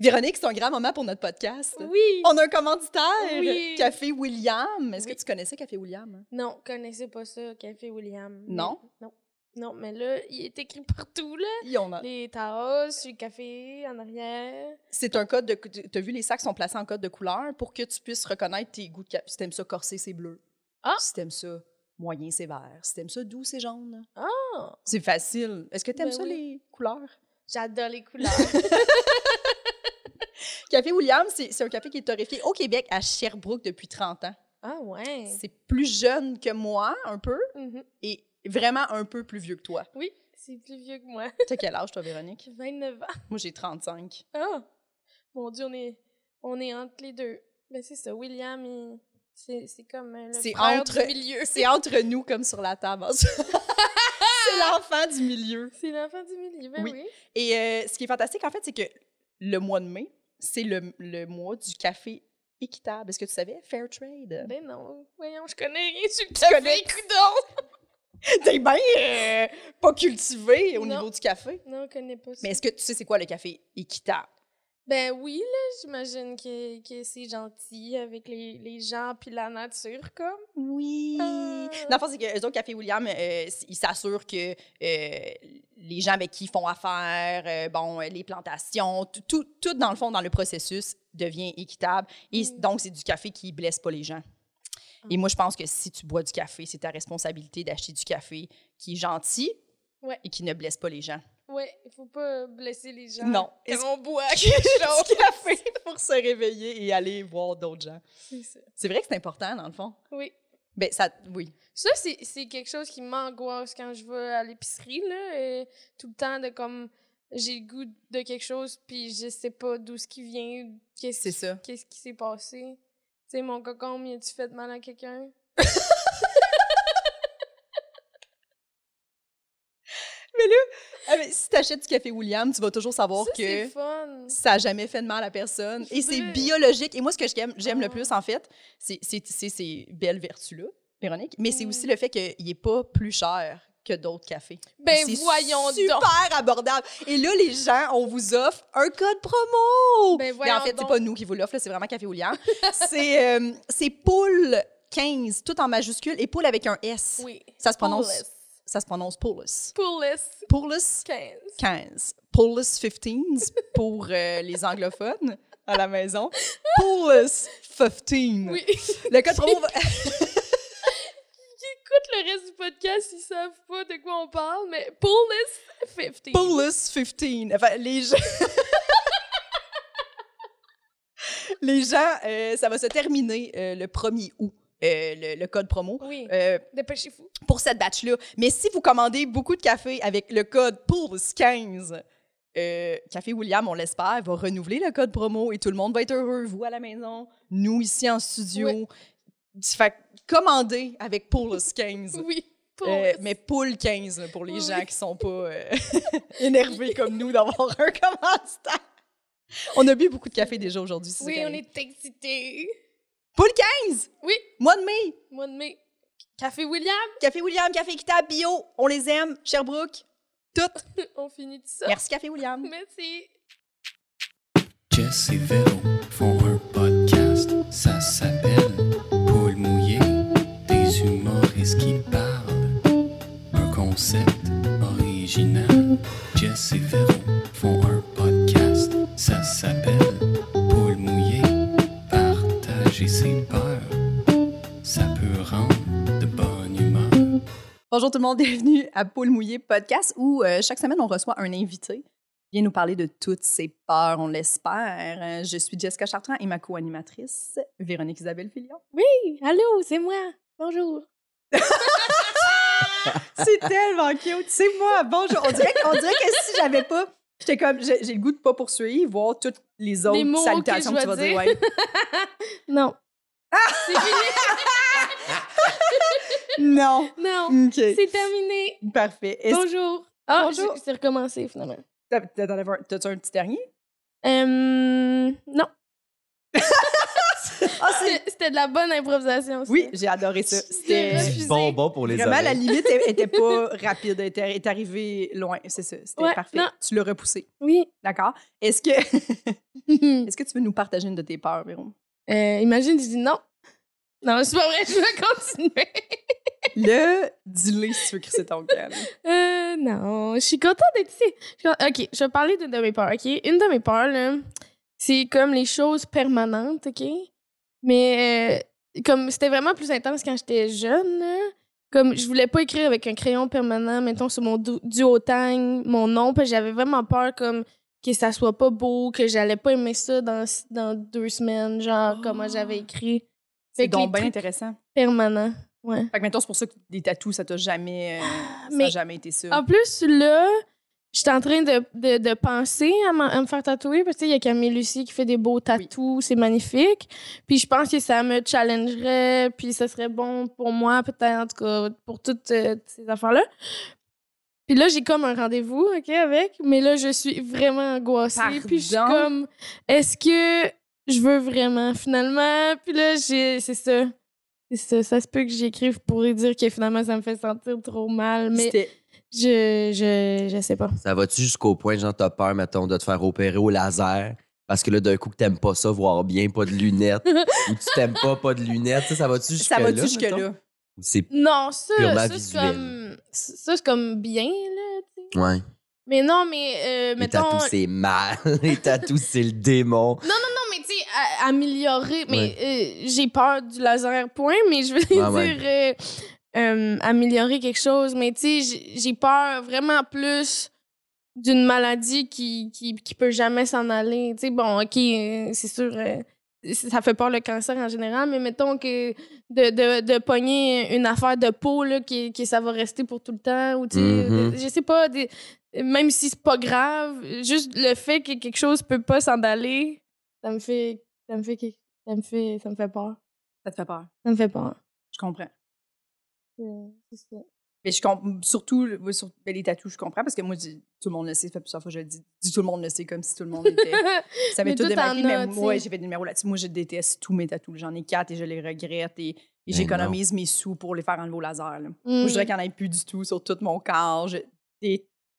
Véronique, c'est un grand moment pour notre podcast. Oui! On a un commanditaire, Oui. Café William. Est-ce Oui. que tu connaissais Café William? Non, connaissez pas ça, Café William. Non? Non. Non, mais là, il est écrit partout, là. Il y en a- Les taos, le café, en arrière. C'est un code de. Tu as vu, les sacs sont placés en code de couleur pour que tu puisses reconnaître tes goûts de café. Si t'aimes ça corsé, c'est bleu. Ah! Si t'aimes ça moyen, c'est vert. Si t'aimes ça doux, c'est jaune. Ah! C'est facile. Est-ce que t'aimes Ben ça, oui. les couleurs? J'adore les couleurs. Café William, c'est c'est un café qui est torréfié au Québec, à Sherbrooke, depuis 30 ans. ah, ouais. C'est plus jeune que moi, un peu, Mhm. et vraiment un peu plus vieux que toi. Oui, c'est plus vieux que moi. T'as quel âge, toi, Véronique? J'ai 29 ans. Moi, j'ai 35. Ah! Mon Dieu, on est, on est entre les deux. Mais c'est ça, William, il- c'est c'est comme euh, le C'est frère entre- du milieu. C'est entre nous, comme sur la table. en ce- c'est l'enfant du milieu. C'est l'enfant du milieu, ben Oui. oui. Et euh, ce qui est fantastique, en fait, c'est que le mois de mai, c'est le, le mois du café équitable. Est-ce que tu savais? Fair trade. Ben non, voyons, je connais rien sur le connais- café, coudonc! T'es bien euh, pas cultivé au Non. niveau du café. Non, on connaît pas ça. Mais est-ce que tu sais c'est quoi le café équitable? Ben oui, là, j'imagine que, que c'est gentil avec les, les gens puis la nature, comme. Oui. Ah. Dans le fond, c'est que eux autres, Café William, euh, s- ils s'assurent que euh, les gens avec qui ils font affaire, euh, bon, euh, les plantations, tout, tout, tout, dans le fond, dans le processus devient équitable. Et c- Mm. donc, c'est du café qui blesse pas les gens. Et moi, je pense que si tu bois du café, c'est ta responsabilité d'acheter du café qui est gentil Ouais. et qui ne blesse pas les gens. Ouais, il faut pas blesser les gens. Non. Quand on boit Du quelque chose. café pour se réveiller et aller voir d'autres gens. c'est ça. C'est vrai que c'est important, dans le fond. Oui. Ben, ça, oui. Ça, c'est c'est quelque chose qui m'angoisse quand je vais à l'épicerie, là. euh, tout le temps, de comme, j'ai le goût de quelque chose, puis je sais pas d'où ce qui vient, qu'est-ce C'est qui- ça. qu'est-ce qui s'est passé. Tu sais, mon cocon, y a-tu fait mal à quelqu'un? Ah, mais si tu achètes du café William, tu vas toujours savoir Ça, que c'est fun! ça n'a jamais fait de mal à personne. Et c'est Vrai. biologique. Et moi, ce que j'aime j'aime le Ah. plus, en fait, c'est c'est- c'est ces belles vertus-là, Véronique, mais c'est Mm. aussi le fait qu'il n'est pas plus cher que d'autres cafés. Ben C'est voyons super donc! abordable. Et là, les gens, on vous offre un code promo. Ben Mais en voyons fait, c'est donc. pas nous qui vous l'offre, là, c'est vraiment Café William. c'est euh, c'est poule 15, tout en majuscule, et poule avec un S. Oui. Ça se prononce Poules. ça se prononce Paulus. Poules. Paulus 15. 15. Paulus 15 pour euh, les anglophones à la maison. Paulus 15. Oui. Le code promo va- Écoute le reste du podcast, ils savent pas de quoi on parle, mais Poules 15. Paulus 15. Enfin, les gens. les gens, euh, ça va se terminer euh, le 1er août, euh, le, le code promo. Oui. euh, Dépêchez-vous. pour cette batch-là. Mais si vous commandez beaucoup de café avec le code POULS15, euh, Café William, on l'espère, va renouveler le code promo et tout le monde va être heureux, vous à la maison, nous ici en studio. Oui. Fait que commandez avec POULS15. Oui. Poules. Euh, mais poule 15 là, pour les Oui, gens oui. qui sont pas euh, énervés comme nous d'avoir un commanditaire. On a bu beaucoup de café déjà aujourd'hui. c'est oui, ça, on Karine. est excités. Poule 15! Oui. Mois de mai! Mois de mai. Café William, Café William, Café Équitable, Bio, on les aime, Sherbrooke, toutes. on finit tout ça. Merci Café William. Merci. Jess et Véro font un podcast, ça s'appelle Paul mouillé, des humoristes qui parlent. Un concept original. Jess et Véro font un podcast, ça s'appelle Paul mouillé, partager ses peurs. Ça peut rendre de bonne humeur. Bonjour tout le monde, bienvenue à Poule Mouillée Podcast où euh, chaque semaine on reçoit un invité qui vient nous parler de toutes ses peurs, on l'espère. Euh, je suis Jessica Chartrand et ma co-animatrice, Véronique Isabelle Fillon. Allô, c'est moi. Bonjour. C'est tellement cute. C'est moi. Bonjour. On dirait, on dirait que si j'avais pas. J'étais comme, j'ai j'ai le goût de pas poursuivre, voir toutes les autres Les mots que salutations je que tu vas dois dire. dire. ouais. Non. Ah! C'est fini. Non. Non. OK. C'est terminé. Parfait. Euh, Est-ce- Bonjour. Ah, Bonjour. j'ai- c'est recommencé finalement. t'as- t'as- t'en avais un- T'as-tu un petit dernier? Euh, non. Ah, c'est. C'était c'était de la bonne improvisation. ça. Oui, j'ai adoré ça. C'était. Je refusais. bonbon pour les Vraiment, la oreilles. limite elle était pas rapide, elle était- est arrivée loin. C'est ça, c'était Ouais, parfait. non. Tu l'as repoussé, Oui. d'accord? Est-ce que. Hmm. Est-ce que tu veux nous partager une de tes peurs, Véron? Euh, imagine, je dis non. Non, c'est pas vrai, je vais continuer. Le dis-le si tu veux crisser ton camp. là. Euh, non, je suis contente d'être ici. Je suis contente- Ok, je vais parler d'une de mes peurs, ok? Une de mes peurs, là, c'est comme les choses permanentes, ok? Mais euh, comme c'était vraiment plus intense quand j'étais jeune, là. Comme je voulais pas écrire avec un crayon permanent, mettons, sur mon du- duotang, mon nom, parce que j'avais vraiment peur, comme, que ça soit pas beau, que j'allais pas aimer ça dans, dans deux semaines, genre, Oh. comment j'avais écrit. C'est Fait que les donc bien trucs intéressant. permanents, ouais. Fait que maintenant, c'est pour ça que des tatous, ça t'a jamais, euh, ça a Ah, mais- jamais été ça. En plus, là, j'étais en train de, de- de penser à, m'en- à me faire tatouer parce qu'il y a Camille Lucie qui fait des beaux tatous, c'est magnifique. Puis je pense que ça me challengerait, puis ça serait bon pour moi, peut-être, en tout cas, pour toutes euh, ces affaires-là. Puis là, j'ai comme un rendez-vous, OK, avec, mais là, je suis vraiment angoissée. Puis je suis Pardon? comme, est-ce que je veux vraiment, finalement? Puis là, j'ai, c'est ça. C'est ça. Ça se peut que j'écrive pour dire que finalement, ça me fait sentir trop mal. Mais C'était je, je, je sais pas. Ça va-tu jusqu'au point, genre, t'as peur, mettons, de te faire opérer au laser? Parce que là, d'un coup, que t'aimes pas ça, voir bien, pas de lunettes. ou tu t'aimes pas, pas de lunettes. tu sais, Ça va-tu jusque-là? Ça va-tu mettons? jusque-là? Ou C'est. Non, ça, Purement ça c'est visuel. comme, ça, c'est comme bien, là. tu sais. Ouais. Mais non, mais euh, Les mettons. tatous, c'est mal. Les tatous, c'est le démon. Non, mais tu sais, à- améliorer. Mais euh, j'ai peur du laser, point, mais je veux dire. euh, euh, améliorer quelque chose. Mais tu sais, j'ai- j'ai peur vraiment plus d'une maladie qui, qui, qui peut jamais s'en aller. Tu sais, bon, OK, euh, c'est sûr. euh, ça fait peur le cancer en général, mais mettons que de, de, de pogner une affaire de peau, là, qui, qui ça va rester pour tout le temps, ou tu sais, Mhm. de- je sais pas, des- même si c'est pas grave, juste le fait que quelque chose peut pas s'en aller, ça me fait, ça me fait, que- ça me fait, ça me fait peur. Ça te fait peur. Ça me fait peur. Je comprends. Euh, c'est ça. Mais je comprends. Surtout, le- sur- ben, les tatous, je comprends parce que moi, dis- tout le monde le sait. Ça fait plusieurs fois que je le dis. Dis tout le monde le sait comme si tout le monde était. Ça m'est Mais tout toi, démarqué, t'en mais as, moi, tu sais. j'ai fait des numéros là-dessus. Moi, je déteste tous mes tatous. J'en ai quatre et je les regrette et, et Ben non. j'économise mes sous pour les faire enlever au laser. là. Moi, Mm. je dirais qu'il n'y en ait plus du tout sur tout mon corps. Je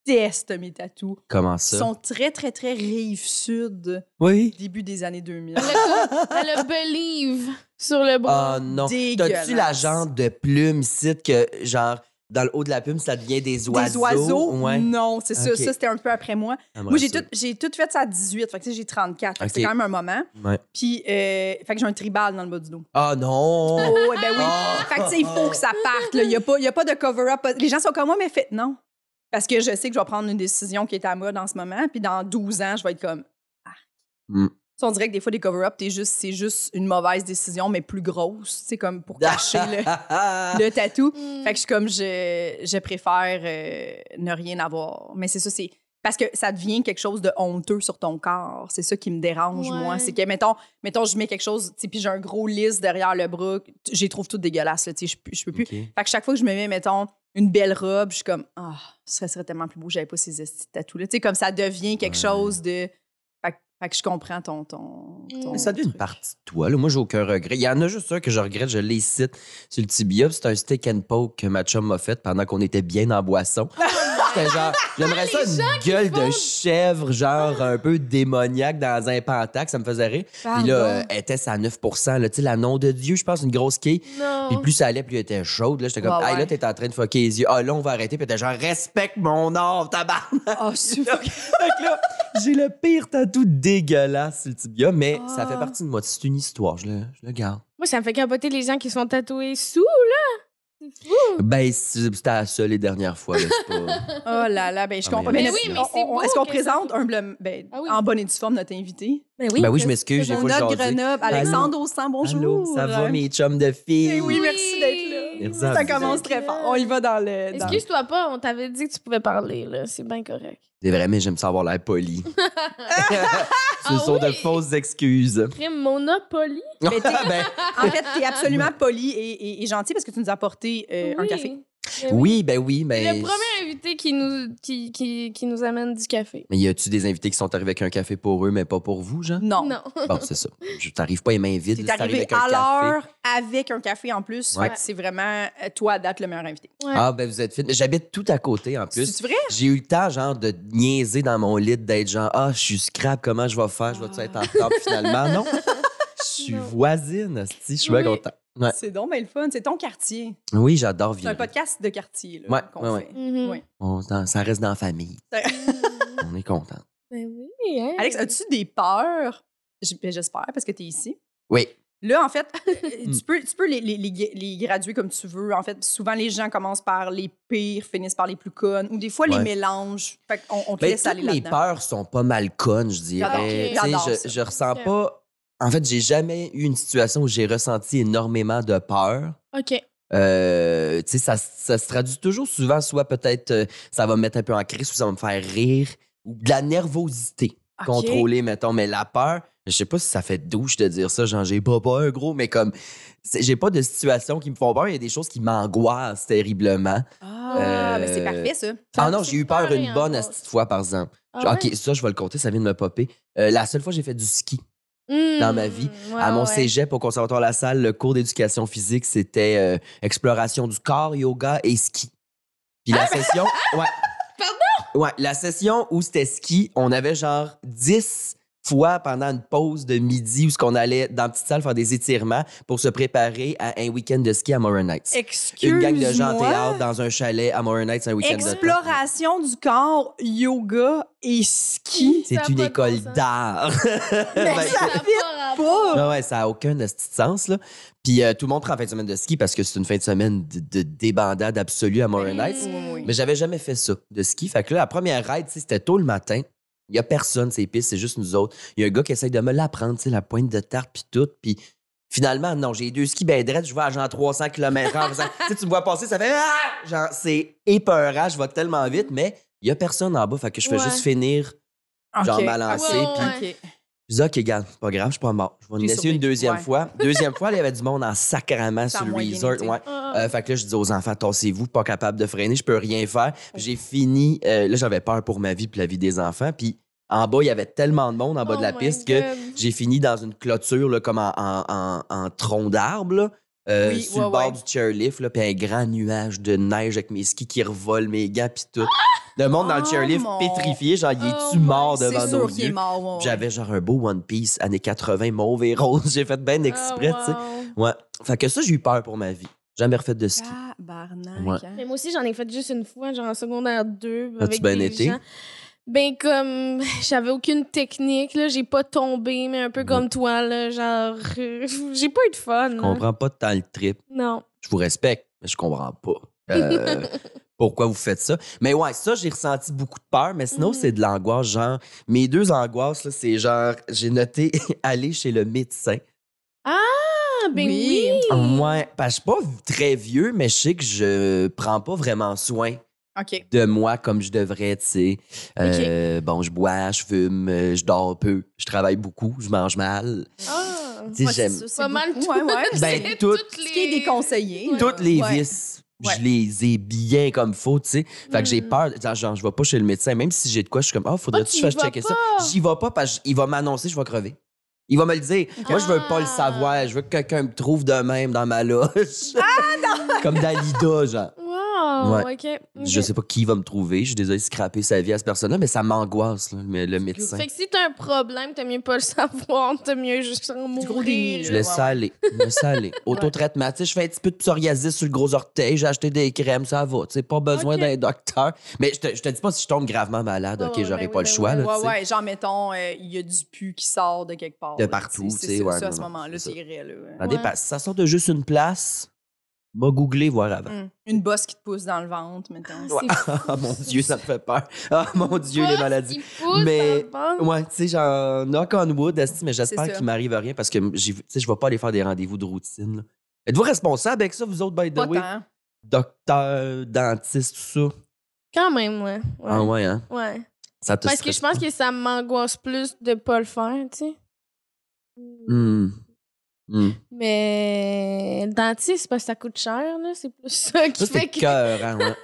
déteste mes tatous. Comment Ils ça? sont très, très, très rive-sud, Oui. début des années 2000. Elle a believe sur le bras. Ah non. Dégueulasse. T'as-tu la genre de plume ici que, genre, dans le haut de la plume, ça devient des oiseaux? Des oiseaux? Ouais. Non, c'est Ok. ça. Ça, c'était un peu après moi. Ça me Moi, j'ai rassure. tout, j'ai tout fait ça à 18. Fait que, tu sais, j'ai 34. Fait que Ok. C'est quand même un moment. Ouais. Puis, euh, fait que j'ai un tribal dans le bas du dos. Ah non! Oh, ben oui. Ah! Fait que, tu sais, il faut que ça parte. Il n'y a, pas- y a pas de cover-up. Les gens sont comme moi, mais faites non. Parce que je sais que je vais prendre une décision qui est à mode en ce moment. Puis dans 12 ans, je vais être comme. Ah. Mm. Tu sais, On dirait que des fois, des cover-up, t'es juste, c'est juste une mauvaise décision, mais plus grosse. C'est comme pour cacher le, le tatou. Ah. Mm. Fait que je suis comme, je, je préfère euh, ne rien avoir. Mais c'est ça, c'est. Parce que ça devient quelque chose de honteux sur ton corps. C'est ça qui me dérange, Ouais. moi. C'est que, mettons, mettons, je mets quelque chose, tu sais, puis j'ai un gros lisse derrière le bras. t- Je les trouve toutes dégueulasses, là, tu sais, je, peux- je peux plus. Ok. Fait que chaque fois que je me mets, mettons, une belle robe, je suis comme, ah, ce serait, serait tellement plus beau, j'avais pas ces esti de tatous-là. Tu sais, comme ça devient quelque Ouais. chose de. Fait, que- fait que je comprends ton. ton, Mm. ton Mais ça devient une truc. partie de toi. Là. Moi, j'ai aucun regret. Il y en a juste un que je regrette, je les cite sur le tibia. puis C'est un steak and poke que ma chum m'a fait pendant qu'on était bien en boisson. J'étais genre, j'aimerais ça une gueule de chèvre, genre un peu démoniaque dans un pentac. Ça me faisait rire. Puis là, euh, Pardon. elle était à 9 là, tu sais, la nom de Dieu, je pense, une grosse quille. Non. Puis plus ça allait, plus elle était chaude. Là, j'étais Ouais, comme, hey, Oh. Bah ouais. là, t'es en train de fucker les yeux. Ah, là, on va arrêter. Puis t'es genre, respecte mon ordre, tabarnak. Ah, super. Fait que là, j'ai le pire tatou dégueulasse sur le tibia, mais Ah. ça fait partie de moi. C'est une histoire, je le, je le garde. Moi, ça me fait capoter les gens qui sont tatoués sous. Ben, c'est- c'était la seule et dernière fois. là, c'est pas- Oh là là, ben je Ah, comprends. mais Mais il y en a là, qui l'ont. on- on- Mais oui, mais c'est Est-ce qu'on beau que ça- présente humble- ben, Ah oui. en bonne et due forme notre invité? ben oui, je m'excuse, j'ai Présente faut le notre jaser. Grenoble, Allô? Alexandre Austin, bonjour. Allô, ça va, mes chums de filles? Eh oui, Oui. merci d'être Merci là. à Ça vous commence autres. très fort. On y va dans le. dans- Excuse-toi pas, on t'avait dit que tu pouvais parler, là. C'est bien correct. C'est vrai, mais j'aime ça avoir l'air poli. Ce Ah sont de oui? fausses excuses. Après, Monopoly. Mais t'es- Ben, En fait, t'es absolument poli et, et- et gentil parce que tu nous as apporté euh, un Oui. café. Mais oui, ben oui, mais... Le premier invités qui nous, qui, qui, qui nous amènent du café. Mais y a-tu des invités qui sont arrivés avec un café pour eux, mais pas pour vous, genre? Non. Non. Bon, c'est ça. Je t'arrive pas les mains vides. T'es là, arrivé avec un à café. l'heure avec un café en plus. Ouais. Fait que C'est vraiment euh, toi à date le meilleur invité. Ah, ben vous êtes fit. Mais J'habite tout à côté en plus. C'est vrai? J'ai eu le temps, genre, de niaiser dans mon lit, d'être genre, ah, je suis scrap, comment je vais faire? Je vais-tu être en retard Puis finalement? Non. Je suis Non. voisine, asti, je suis bien Oui. content. Ouais. C'est donc bien le fun. C'est ton quartier. Oui, j'adore C'est un vivre. podcast de quartier là, Ouais, qu'on ouais, fait. Mhm. Oui. On- dans- ça reste dans la famille. On est content. Ben oui, hein? Alex, as-tu des peurs? J- ben, J'espère, parce que tu es ici. Oui. Là, en fait, Euh, hmm. tu peux, tu peux les, les- les- les graduer comme tu veux. En fait, souvent, les gens commencent par les pires, finissent par les plus connes, ou des fois, les Ouais. mélanges. Fait qu'on on te Ben, laisse toutes aller mes là-dedans. peurs sont pas mal connes, je dirais. J'adore. Tu sais, J'adore je, ça. je ressens Ok. pas. En fait, j'ai jamais eu une situation où j'ai ressenti énormément de peur. OK. Euh, tu sais, ça, ça se traduit toujours souvent, soit peut-être euh, ça va me mettre un peu en crise ou ça va me faire rire, ou de la nervosité Ok. contrôlée, mettons, mais la peur, je sais pas si ça fait douche de dire ça, genre j'ai pas peur, gros, mais comme c'est- j'ai pas de situations qui me font peur, il y a des choses qui m'angoissent terriblement. Ah, Euh, ben, c'est parfait, ça. Ah Ça, non, c'est j'ai eu peur peur et une bonne à angoisse. cette fois, par exemple. Ah ok, ça, je vais le compter, ça vient de me popper. Euh, la seule fois, j'ai fait du ski ouais? dans ma vie, Mm, ouais, à mon ouais. cégep au conservatoire La Salle, le cours d'éducation physique, c'était euh, exploration du corps, yoga et ski. Puis Ah, la session, ouais. Pardon? Ouais, la session où c'était ski, on avait genre 10 fois pendant une pause de midi où ce qu'on allait dans la petite salle faire des étirements pour se préparer à un week-end de ski à Morin Heights. Excuse-moi. Une gang de gens en théâtre dans un chalet à Morin Heights un week-end de temps. Exploration du corps, yoga et ski. Ça a C'est pas de une bon école sens. d'art. Mais Ben, ça a fit pas Pas. rapport. Ah ouais, ça n'a aucun de ce petit sens. Là. Puis euh, tout le monde prend en fin de semaine de ski parce que c'est une fin de semaine de, de débandade absolue à Morin Heights. Mm. Mais j'avais jamais fait ça, de ski. Fait que là, la première ride, tu sais, c'était tôt le matin. Il n'y a personne, ces pistes, c'est juste nous autres. Il y a un gars qui essaye de me l'apprendre, tu sais, la pointe de tarte, puis tout. Puis finalement, non, j'ai deux skis ben drettes, je vais à genre 300 km en faisant. tu sais, tu me vois passer, ça fait. Ah! Genre, c'est épeurant, je vais tellement vite, mais il n'y a personne en bas. Fait que je fais Ouais. juste finir, genre, Ok. Ah, mal lancé, Ouais, ouais, puis ouais. je dis, OK, regarde, c'est pas grave, je suis pas mort. Je vais en T'es essayer sauvé. une deuxième Ouais. fois. Deuxième fois, là, il y avait du monde en sacrament Ça a sur le moyen resort. été. ouais. Ah, Euh, fait que là, je dis aux enfants, tassez-vous, pas capable de freiner, je peux rien faire. Puis J'ai fini, euh, là, j'avais peur pour ma vie puis la vie des enfants. Puis en bas, il y avait tellement de monde en bas oh de la my piste que God. j'ai fini dans une clôture, là, comme en, en- en- en tronc d'arbre, là, euh, Oui, sur ouais, le bord ouais. du chairlift, là, puis un grand nuage de neige avec mes skis qui revolent, mes gants, puis tout. Le monde dans le Oh chairlift mon- pétrifié, genre, il Oh est-tu my- mort devant C'est nos sûr qu'il est yeux? mort. ouais, ouais. J'avais genre un beau One Piece années 80 mauve et rose. J'ai fait ben exprès, Ah, tu wow. sais. Ouais. Fait que ça, j'ai eu peur pour ma vie. Jamais refait de ski. Tabarnak. Ouais. hein. Mais moi aussi, j'en ai fait juste une fois, genre en secondaire 2. As-tu avec bien des été? gens. Ben, comme, j'avais aucune technique, là, j'ai pas tombé, mais un peu Ouais. comme toi, là, genre, euh, j'ai pas eu de fun. Je là. comprends pas tant le trip. Non. Je vous respecte, mais je comprends pas. Euh, pourquoi vous faites ça? Mais ouais, ça, j'ai ressenti beaucoup de peur, mais sinon, Mhm. c'est de l'angoisse. Genre, mes deux angoisses, là, c'est genre, j'ai noté aller chez le médecin. Ah, ben Oui. oui! Moi, parce que je suis pas très vieux, mais je sais que je prends pas vraiment soin OK. de moi comme je devrais, tu sais. Euh, Bon, je bois, je fume, euh, je dors peu, je travaille beaucoup, je mange mal. Ah! Tu sais, Ouais, c'est j'aime ça, c'est Pas mal beaucoup. tout. Ouais, ouais. Ben, C'est toutes- toutes Ce qui est les- déconseillé. Ouais. toutes les Ouais. vices. Ouais. Je les ai bien comme faut, tu sais. Fait que j'ai Mhm. peur. Genre, genre, je vais pas chez le médecin, même si j'ai de quoi, je suis comme, oh, faudrait que tu je fasse y vas checker ça. pas. J'y vais pas parce qu'il va m'annoncer, je vais crever. Il va me le dire. Moi, je veux pas le Ah. savoir. Je veux que quelqu'un me trouve de même dans ma loge. comme Dalida, genre. Wow! Ouais. OK. ok. Je sais pas qui va me trouver. Je suis désolé de scraper sa vie à ce personne-là, mais ça m'angoisse, là, le le médecin. Fait que si t'as un problème, t'as mieux pas le savoir, t'as mieux juste en gros déni, mourir. Je là. laisse ça aller. Je laisse ça aller. Auto-traitement. Tu sais, je fais un petit peu de psoriasis sur le gros orteil. J'ai acheté des crèmes, ça va. Tu sais, pas besoin Ok. d'un docteur. Mais je te, je te dis pas si je tombe gravement malade, Ouais, OK, ouais, j'aurais ben pas oui, le ben choix. oui. là, Ouais, tu sais. ouais, genre, mettons, euh, il y a du pu qui sort de quelque part. De là, partout, tu sais, tu sais, C'est ouais, ça, à non, ce non, moment-là, c'est c'est ça. irréel. là. Ça Ouais. dépasse. Ça sort de juste une place. Va googler, voir avant. Hum. Une bosse qui te pousse dans le ventre, mettons. Mm, C'est fou, Ah mon Dieu, ça me fait peur. Ah mon Dieu, les Boss maladies. qui pousse Mais- dans le ventre. Ouais, tu sais, genre, knock on wood, esti, mais C'est j'espère ça. qu'il m'arrive rien parce que j'ai- tu sais, je vais pas aller faire des rendez-vous de routine. là. Êtes-vous responsable avec ça, vous autres, by the Pas way? tant. Docteur, dentiste, tout ça? Quand même, ouais. Ouais. Ah ouais, hein? ouais. Ça te Parce que stresse je pense que ça m'angoisse plus de pas le faire, tu sais. Hmm. Hmm. Mais le dentiste, c'est parce que ça coûte cher, là. C'est plus ça qui Ça, c'est fait que. cœur, hein, ouais.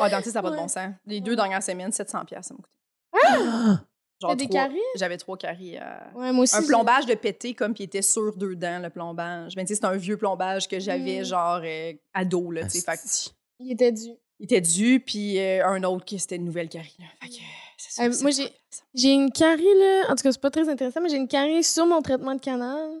Ah, dentiste, ça n'a pas de bon sens. Les deux dernières semaines, 700 pièces ça m'a coûté. T'as Genre des trois- caries? J'avais trois caries. euh, Ouais, moi aussi. un plombage de pété comme puis il était sur deux dents le plombage. Mais tu sais c'est un vieux plombage que j'avais Mm. genre euh, ado là, tu sais. Fait que Il était dû. il était dû puis euh, un autre qui c'était une nouvelle carie. là. Fait que euh, c'est ça, Euh, c'est moi, pas j'ai- ça. J'ai une carie, là. En tout cas, c'est pas très intéressant, mais j'ai une carie sur mon traitement de canal. Ah,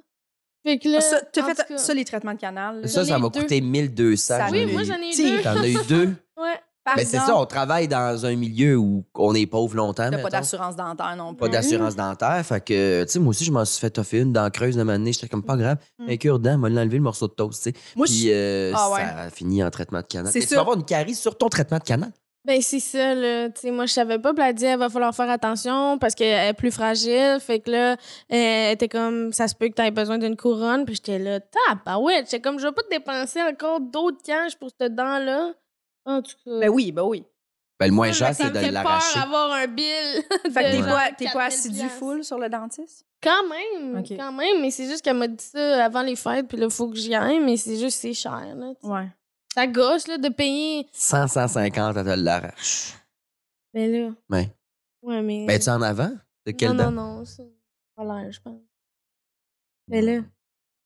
Fait que là. Ah, ça t'as en fait tout cas- ça les traitements de canal. là? Ça, J'en ça ai m'a deux. coûté 1200. Ça- j'en Oui, ai- moi, j'en ai Si. deux. Ah, T'en as eu deux? Ouais. Par Mais Ben, c'est exemple, ça, on travaille dans un milieu où on est pauvre longtemps. T'as mettons. pas d'assurance dentaire non plus. Mm-hmm. Pas d'assurance dentaire. Fait que, tu sais, moi aussi, je m'en suis fait toffer une dans la creuse de ma nez. J'étais comme pas grave. Mm. Un cure-dent m'a enlevé le morceau de toast, tu sais. Moi, je- Puis euh, Ah ouais. ça a fini en traitement de canal. C'est Mais Tu sûr. peux avoir une carie sur ton traitement de canal. Ben, c'est ça, là. Tu sais, moi, je savais pas. Puis elle dit, elle va falloir faire attention parce qu'elle est plus fragile. Fait que là, euh, elle était comme, ça se peut que t'aies besoin d'une couronne. Puis j'étais là, tabarouette. J'étais comme, je vais pas te dépenser encore d'autres cages pour cette dent-là. En tout euh, cas. Ben oui, ben oui. Ben, le moins Ça, cher, ça c'est me de fait peur l'arracher. avoir un bill. Fait que Ouais. t'es pas, t'es 4000 pas assidu piastres. full sur le dentiste? Quand même, Ok. quand même, mais c'est juste qu'elle m'a dit ça avant les fêtes, puis là, faut que j'y aille, mais c'est juste, c'est cher, là. Ouais. Ça gosse, là, de payer. 100, 150, elle te l'arrache. Mais là. Ouais. Ouais, mais. Ben, tu en avant? De quelle non, dent? non, non, ça. Pas l'air, je pense. Mais là.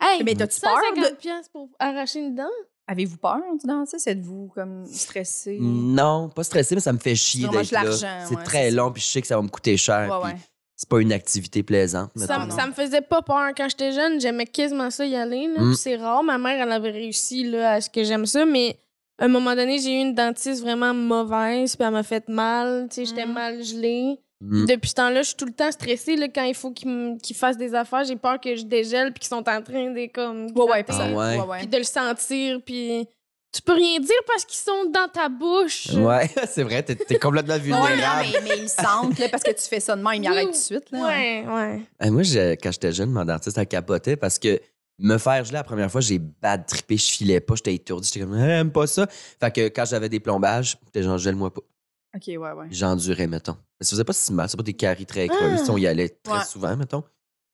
Hey! Mais Eh ben, t'as-tu peur? 150 de- piastres pour arracher une dent? Avez-vous peur du dentiste? Êtes-vous comme stressé? Non, pas stressé, mais ça me fait chier Tu remanges d'être là. l'argent, C'est ouais, très c'est ça. long, puis je sais que ça va me coûter cher. Ouais, puis ouais. C'est pas une activité plaisante. Ça, mettons. non. ça me faisait pas peur quand j'étais jeune. J'aimais quasiment ça y aller. là. Mm. Puis C'est rare. Ma mère, elle avait réussi là, à ce que j'aime ça. Mais à un moment donné, j'ai eu une dentiste vraiment mauvaise. Puis elle m'a fait mal. Tu sais, J'étais Mm. mal gelée. Mm. Depuis ce temps-là, je suis tout le temps stressée là, quand il faut qu'ils me- qu'ils fassent des affaires. J'ai peur que je dégèle puis qu'ils sont en train de comme, Ouais, ouais, gratter, Ah ouais. ouais, puis ouais. de le sentir. Puis tu peux rien dire parce qu'ils sont dans ta bouche. Ouais, c'est vrai, t'es t'es complètement Ouais, vulnérable. non, mais, mais ils sentent, là, parce que tu fais ça de même, ils Oui, arrêtent tout de suite. Là. Ouais, ouais. Hey, moi, je- quand j'étais jeune, mon dentiste a capoté parce que me faire geler la première fois, j'ai bad trippé, je filais pas, j'étais étourdi, j'étais comme, Ah, j'aime pas ça. Fait que quand j'avais des plombages, j'étais genre, gèle-moi pas. OK, ouais, ouais. J'endurais, mettons. Mais ça faisait pas si mal, c'est pas des caries très creuses, Ah. on y allait très Ouais. souvent, mettons.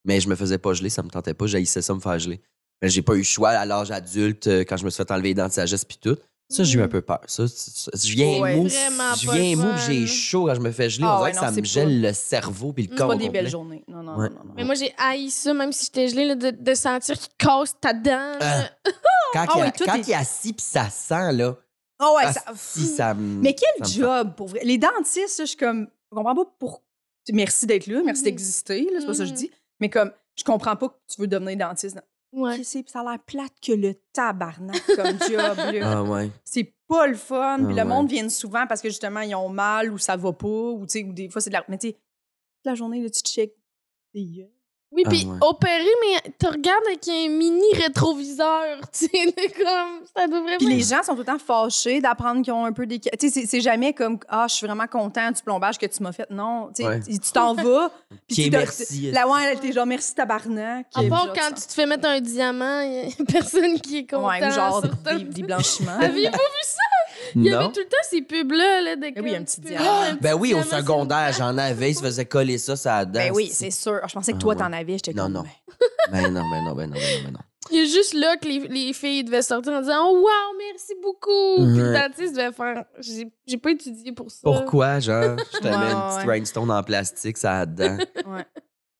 Mais je me faisais pas geler, ça me tentait pas, j'haïssais ça me faire geler. Mais j'ai pas eu le choix à l'âge adulte, euh, quand je me suis fait enlever les dents de sagesse puis tout. Ça, j'ai eu un peu peur. Ça, c- c- je viens Mmh. Ouais. mou, Vraiment je pas viens le mou, fun. puis j'ai chaud quand je me fais geler. Ah on ouais, dirait que non, ça me c'est Mmh, gèle le cerveau puis le C'est corps. Pas au des complet. belles journées. Non, non, Ouais. non, non. Mais moi, j'ai haï ça, même si j'étais gelée, là, de, de sentir qu'ils cassent ta dent. là. Quand, Ah il, y a- oui, tout quand est- il est assis puis ça sent, là. Ah ouais, ça- asti, ça me- Mais Mm, ça quel me job, pour vrai. Les dentistes, là, je suis comme... Je comprends pas pourquoi... Merci d'être là, merci Mhm. d'exister, là, c'est pas ça que je Mhm. dis. Mais comme, je comprends pas que tu veux devenir dentiste. Ouais. Qu'est-ce que c'est? Puis Ça a l'air plate que le tabarnak comme job, fait- là. Ah ouais. c'est pas le fun. Ah puis le ouais. monde vient souvent parce que justement, ils ont mal ou ça va pas. Ou, tu sais, ou des fois, c'est de la. Mais tu sais, toute la journée, là, tu check des yeux. Oui, Ah, puis ouais. opérer, mais tu regardes avec un mini rétroviseur, tu sais, là, comme ça devrait Puis pas- les gens sont tout le temps fâchés d'apprendre qu'ils ont un peu des. Tu sais, c'est- c'est jamais comme Ah, je suis vraiment content du plombage que tu m'as fait. Non, tu sais, Ouais. tu t'en vas. Puis Qui tu est te- merci, La ouais, t'es genre merci tabarnak. À Puis part genre, quand tu te fais mettre un diamant, il y a personne qui est content. Ouais, ou genre sur ta- des, des blanchiments. Aviez-vous- Il y Non. avait tout le temps ces pubs-là, là, de Eh oui, comme un petit tu peux diamant. voir un Ben petit oui, au diamant, c'est- secondaire, j'en avais, ils se faisaient coller ça, ça a ben oui, c'est sûr. Je pensais que Ah toi, ouais. t'en avais. J'étais Non, comme, non. ben, Ben non, ben non, ben non, ben non, ben non. Il y a juste là que les, les filles devaient sortir en disant oh, Wow, merci beaucoup! Puis le Ouais. dentiste devait faire J'ai j'ai pas étudié pour ça. Pourquoi, genre, je te mets Ouais, une petite ouais. rhinestone en plastique, ça a dedans.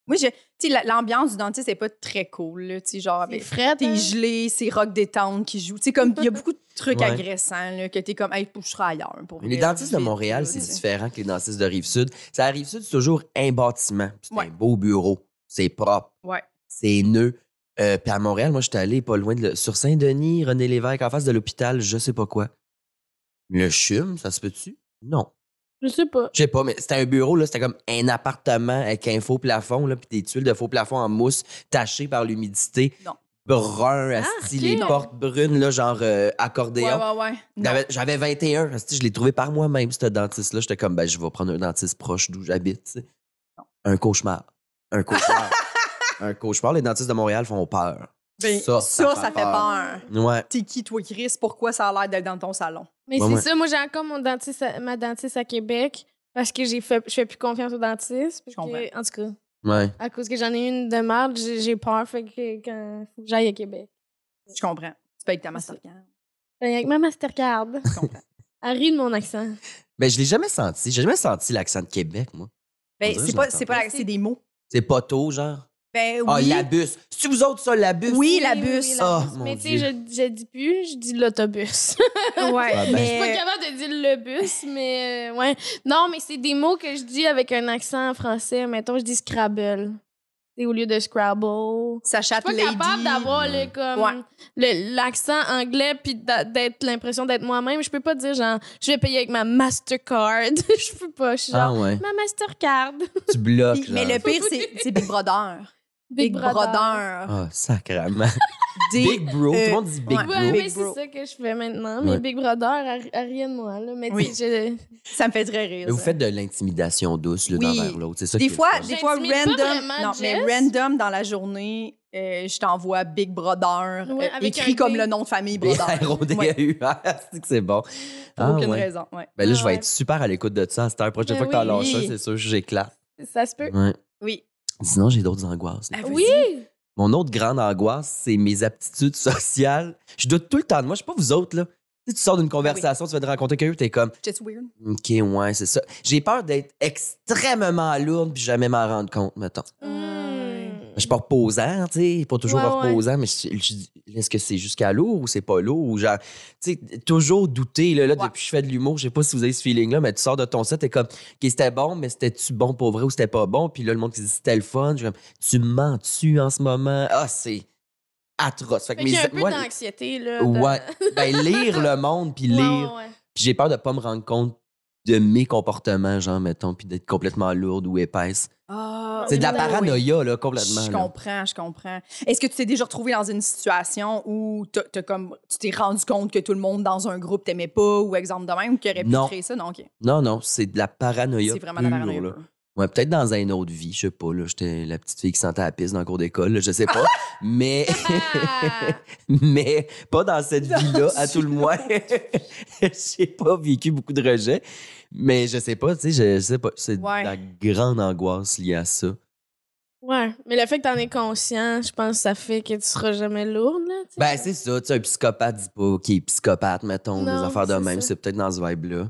Moi, je- tu sais, la- l'ambiance du dentiste n'est pas très cool. là, tu sais, genre, C'est avec- frais, hein? t'es gelé, c'est rock détente qui joue. Tu sais, comme, il y a beaucoup de trucs Ouais. agressants, là, que t'es comme, hey, je serai ailleurs. Pour Mais Les vrai, dentistes de vite, Montréal, là, c'est tu sais. différent que les dentistes de Rive-Sud. Ça, à Rive-Sud, c'est toujours un bâtiment. C'est Ouais. un beau bureau. C'est propre. Ouais. C'est nœud. Euh, Puis à Montréal, moi, j'étais allé pas loin de. le- Sur Saint-Denis, René Lévesque, en face de l'hôpital, je sais pas quoi. Le chum, ça se peut-tu? Non. Je sais pas. Je sais pas, mais c'était un bureau, là, c'était comme un appartement avec un faux plafond, là, puis des tuiles de faux plafond en mousse tachées par l'humidité. Non. Brun, Ah, asti, ok. les Non. portes brunes, là, genre euh, accordéon. Ouais, ouais, ouais. Non. J'avais- J'avais 21, asti, je l'ai trouvé par moi-même, ce dentiste-là. J'étais comme, ben, je vais prendre un dentiste proche d'où j'habite. tu sais. Un cauchemar. Un cauchemar. un cauchemar. Les dentistes de Montréal font peur. Ben, ça, ça, ça ça, fait fait peur. Ouais. T'es qui, toi, Chris? Pourquoi ça a l'air d'être dans ton salon? Mais Ouais, c'est ouais. ça, moi j'ai encore mon dentiste à- ma dentiste à Québec parce que j'ai fait je fais plus confiance au dentiste. parce Je comprends. que- en tout cas, Ouais. à cause que j'en ai une de merde, j'ai j'ai peur fait que quand faut que j'aille à Québec. Je comprends. Tu peux avec ta Mastercard. Ben, Avec ma Mastercard. Je comprends. Elle rit de mon accent. Mais Ben, je l'ai jamais senti. J'ai jamais senti l'accent de Québec, moi. Ben, On dirait c'est que pas, je c'est pas, l'entends. c'est des mots. C'est pas tôt, genre. Ben Ah, oui. la bus. Si vous autres, ça, la bus. Oui, la bus. Ah, bus. mon Mais tu sais, Dieu. je, je dis plus, je dis l'autobus. Ouais. Ah ben. Je suis Euh. pas capable de dire le bus, mais euh, ouais. Non, mais c'est des mots que je dis avec un accent français. Mettons, je dis Scrabble. C'est au lieu de Scrabble. Sa chatte Je suis pas lady. capable d'avoir le, Ouais. comme, le- l'accent anglais puis d'a- d'être l'impression d'être moi-même. Je peux pas dire genre, je vais payer avec ma Mastercard. je peux pas. Je suis Ah genre, ouais. ma Mastercard. Tu bloques, Puis- genre. mais le pire, c'est, c'est Big Brother. Big, Brother. Ah, sacrément. Des- Big Bro. Tout euh, le monde dit Big ouais. Bro. Ouais, Big mais Bro. c'est ça que je fais maintenant. Mais Ouais. Big Brother, à, à rien de moi. Là. Mais tu Oui. sais, Ça me fait très rire. Vous ça. faites de l'intimidation douce l'une Oui. envers l'autre. C'est ça Des qui est fois, le fun. des fois J'intimide pas random. vraiment, non, mais Jess. random dans la journée, euh, je t'envoie Big Brother, Ouais, euh, avec écrit un comme B. le nom de famille Des Brother. Ouais, RODAU. C'est que c'est bon. pour Ah, aucune ouais. raison. ouais. Ben là, je vais Ouais. être super à l'écoute de ça à cette heure. Prochaine Ben fois que t'en oui. lâches un, c'est sûr, j'éclate. je- ça se peut. Ouais. Oui. Sinon, j'ai d'autres angoisses. là. Ah, Oui! Mon autre grande angoisse, c'est mes aptitudes sociales. Je doute tout le temps de moi. Je sais pas vous autres, là. Tu, sais, tu sors d'une conversation, tu vas te rencontrer quelqu'un, t'es comme, Just weird. OK, ouais, c'est ça. J'ai peur d'être extrêmement lourde puis jamais m'en rendre compte, mettons. Ah, Hmm. Je suis pas reposant, tu sais, pas toujours Ouais, ouais. reposant, mais je- je- est-ce que c'est jusqu'à lourd ou c'est pas lourd ou genre, tu sais, toujours douter, là, là Ouais. depuis que je fais de l'humour, je sais pas si vous avez ce feeling-là, mais tu sors de ton set, t'es comme, OK, c'était bon, mais c'était-tu bon pour vrai ou c'était pas bon? Puis là, le monde qui dit c'était le fun, je suis comme, tu mens-tu en ce moment? Ah, c'est atroce. Fait que Fait qu'il y a mes- un peu moi, d'anxiété, là. de- ouais, ben, lire le monde puis Ouais, lire. ouais, ouais. Puis j'ai peur de pas me rendre compte de mes comportements, genre, mettons, puis d'être complètement lourde ou épaisse. Ah, C'est de la oui. paranoïa, là, complètement. Je là. comprends, je comprends. Est-ce que tu t'es déjà retrouvé dans une situation où t'as- t'as comme, tu t'es rendu compte que tout le monde dans un groupe t'aimait pas ou exemple de même qui aurait pu Non. créer ça? Non, OK. Non, non, c'est de la paranoïa. C'est vraiment la pure, paranoïa. là. pure. Ouais, peut-être dans une autre vie, je sais pas. Là, j'étais la petite fille qui sentait la pisse dans le cours d'école, là, je sais pas. mais, Ah! mais pas dans cette Dans vie-là, à une tout le moins. J'ai pas vécu beaucoup de rejets, mais je sais pas, tu sais, je, je sais pas. C'est de Ouais. la grande angoisse liée à ça. Ouais, mais le fait que t'en es conscient, je pense que ça fait que tu seras jamais lourde, là. tu sais. Ben, c'est ça, tu sais, un psychopathe dit pas qu'il est psychopathe, mettons, des Non, affaires de c'est même, ça. c'est peut-être dans ce vibe-là.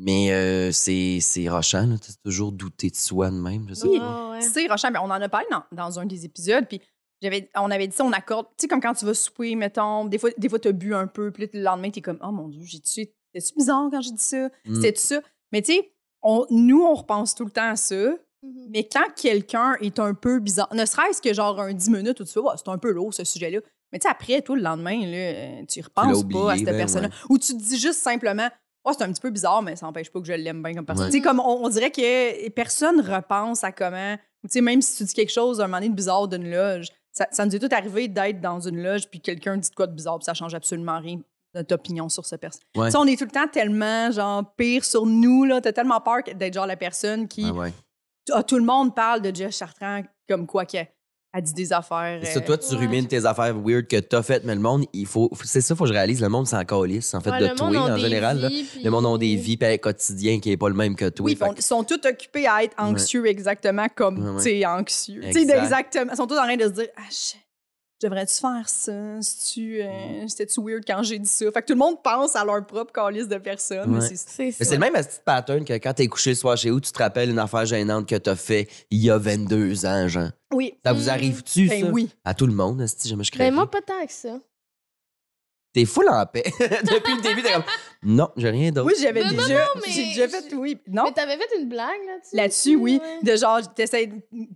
Mais euh, c'est c'est rochant, là, tu sais, toujours douter de soi de même, je sais Ouais, pas. ouais. Tu sais, Rochelle, mais on en a parlé dans, dans un des épisodes, puis j'avais, on avait dit ça, on accorde, tu sais, comme quand tu vas souper, mettons, des fois, des fois t'as bu un peu, puis là, le lendemain, t'es comme, oh mon Dieu, j'ai-tu, c'était-tu bizarre quand j'ai dit ça? Mm. C'était-tu ça? Mais tu sais, on- nous, on repense tout le temps à ça, Mhm. mais quand quelqu'un est un peu bizarre, ne serait-ce que genre un 10 minutes où tu fais, Ouais, c'est un peu lourd ce sujet-là, mais tu sais, après, toi, le lendemain, là, euh, tu y Tu l'as repenses oublié, pas à cette ben personne-là, ou tu te dis juste simplement, oh, c'est un petit peu bizarre, mais ça n'empêche pas que je l'aime bien comme personne. Ouais. Tu sais, comme on, on dirait que personne repense à comment, ou tu sais, même si tu dis quelque chose à un moment donné de bizarre d'une loge, ça, ça nous est tout arrivé d'être dans une loge, puis quelqu'un dit de quoi de bizarre, puis ça change absolument rien notre opinion sur cette personne. Ouais. Tu sais, on est tout le temps tellement genre pire sur nous là, t'as tellement peur que- d'être genre la personne qui Ah ouais. ah, tout le monde parle de Jess Chartrand comme quoi qu'elle a dit des affaires. Et ça, euh, toi, tu Ouais. rumines tes affaires weird que t'as faites, mais le monde, il faut. C'est ça, faut que je réalise. Le monde s'en calisse, en fait, Ouais, de le toi, monde ont en des général. là. vies, puis- Le monde a des vies, puis un quotidien qui est pas le même que toi. oui, fait ils sont tous occupés à être anxieux exactement comme Ouais, ouais. tu sais anxieux. Tu sais Exact. exactement, ils sont tous en train de se dire ah, je- devrais-tu faire ça C'est-tu, euh, Mm. c'était-tu weird quand j'ai dit ça Fait que tout le monde pense à leur propre calice de personnes. mais Ouais. c'est- C'est Mais ça. c'est le même petit pattern que quand t'es couché le soir chez vous, tu te rappelles une affaire gênante que t'as fait il y a 22 ans, genre. Oui. Ça vous Mm. arrive-tu, Ben ça? oui. À tout le monde, si jamais je crée. Ben, moi, pas tant que ça. T'es full en paix. Depuis le début, t'es comme. Non, j'ai rien d'autre. Oui, j'avais Non, non, déjà, non, mais j'ai déjà je- fait oui. Non. Mais t'avais fait une blague Oh! là-dessus? Là-dessus, oui. ouais. De genre, t'essaies-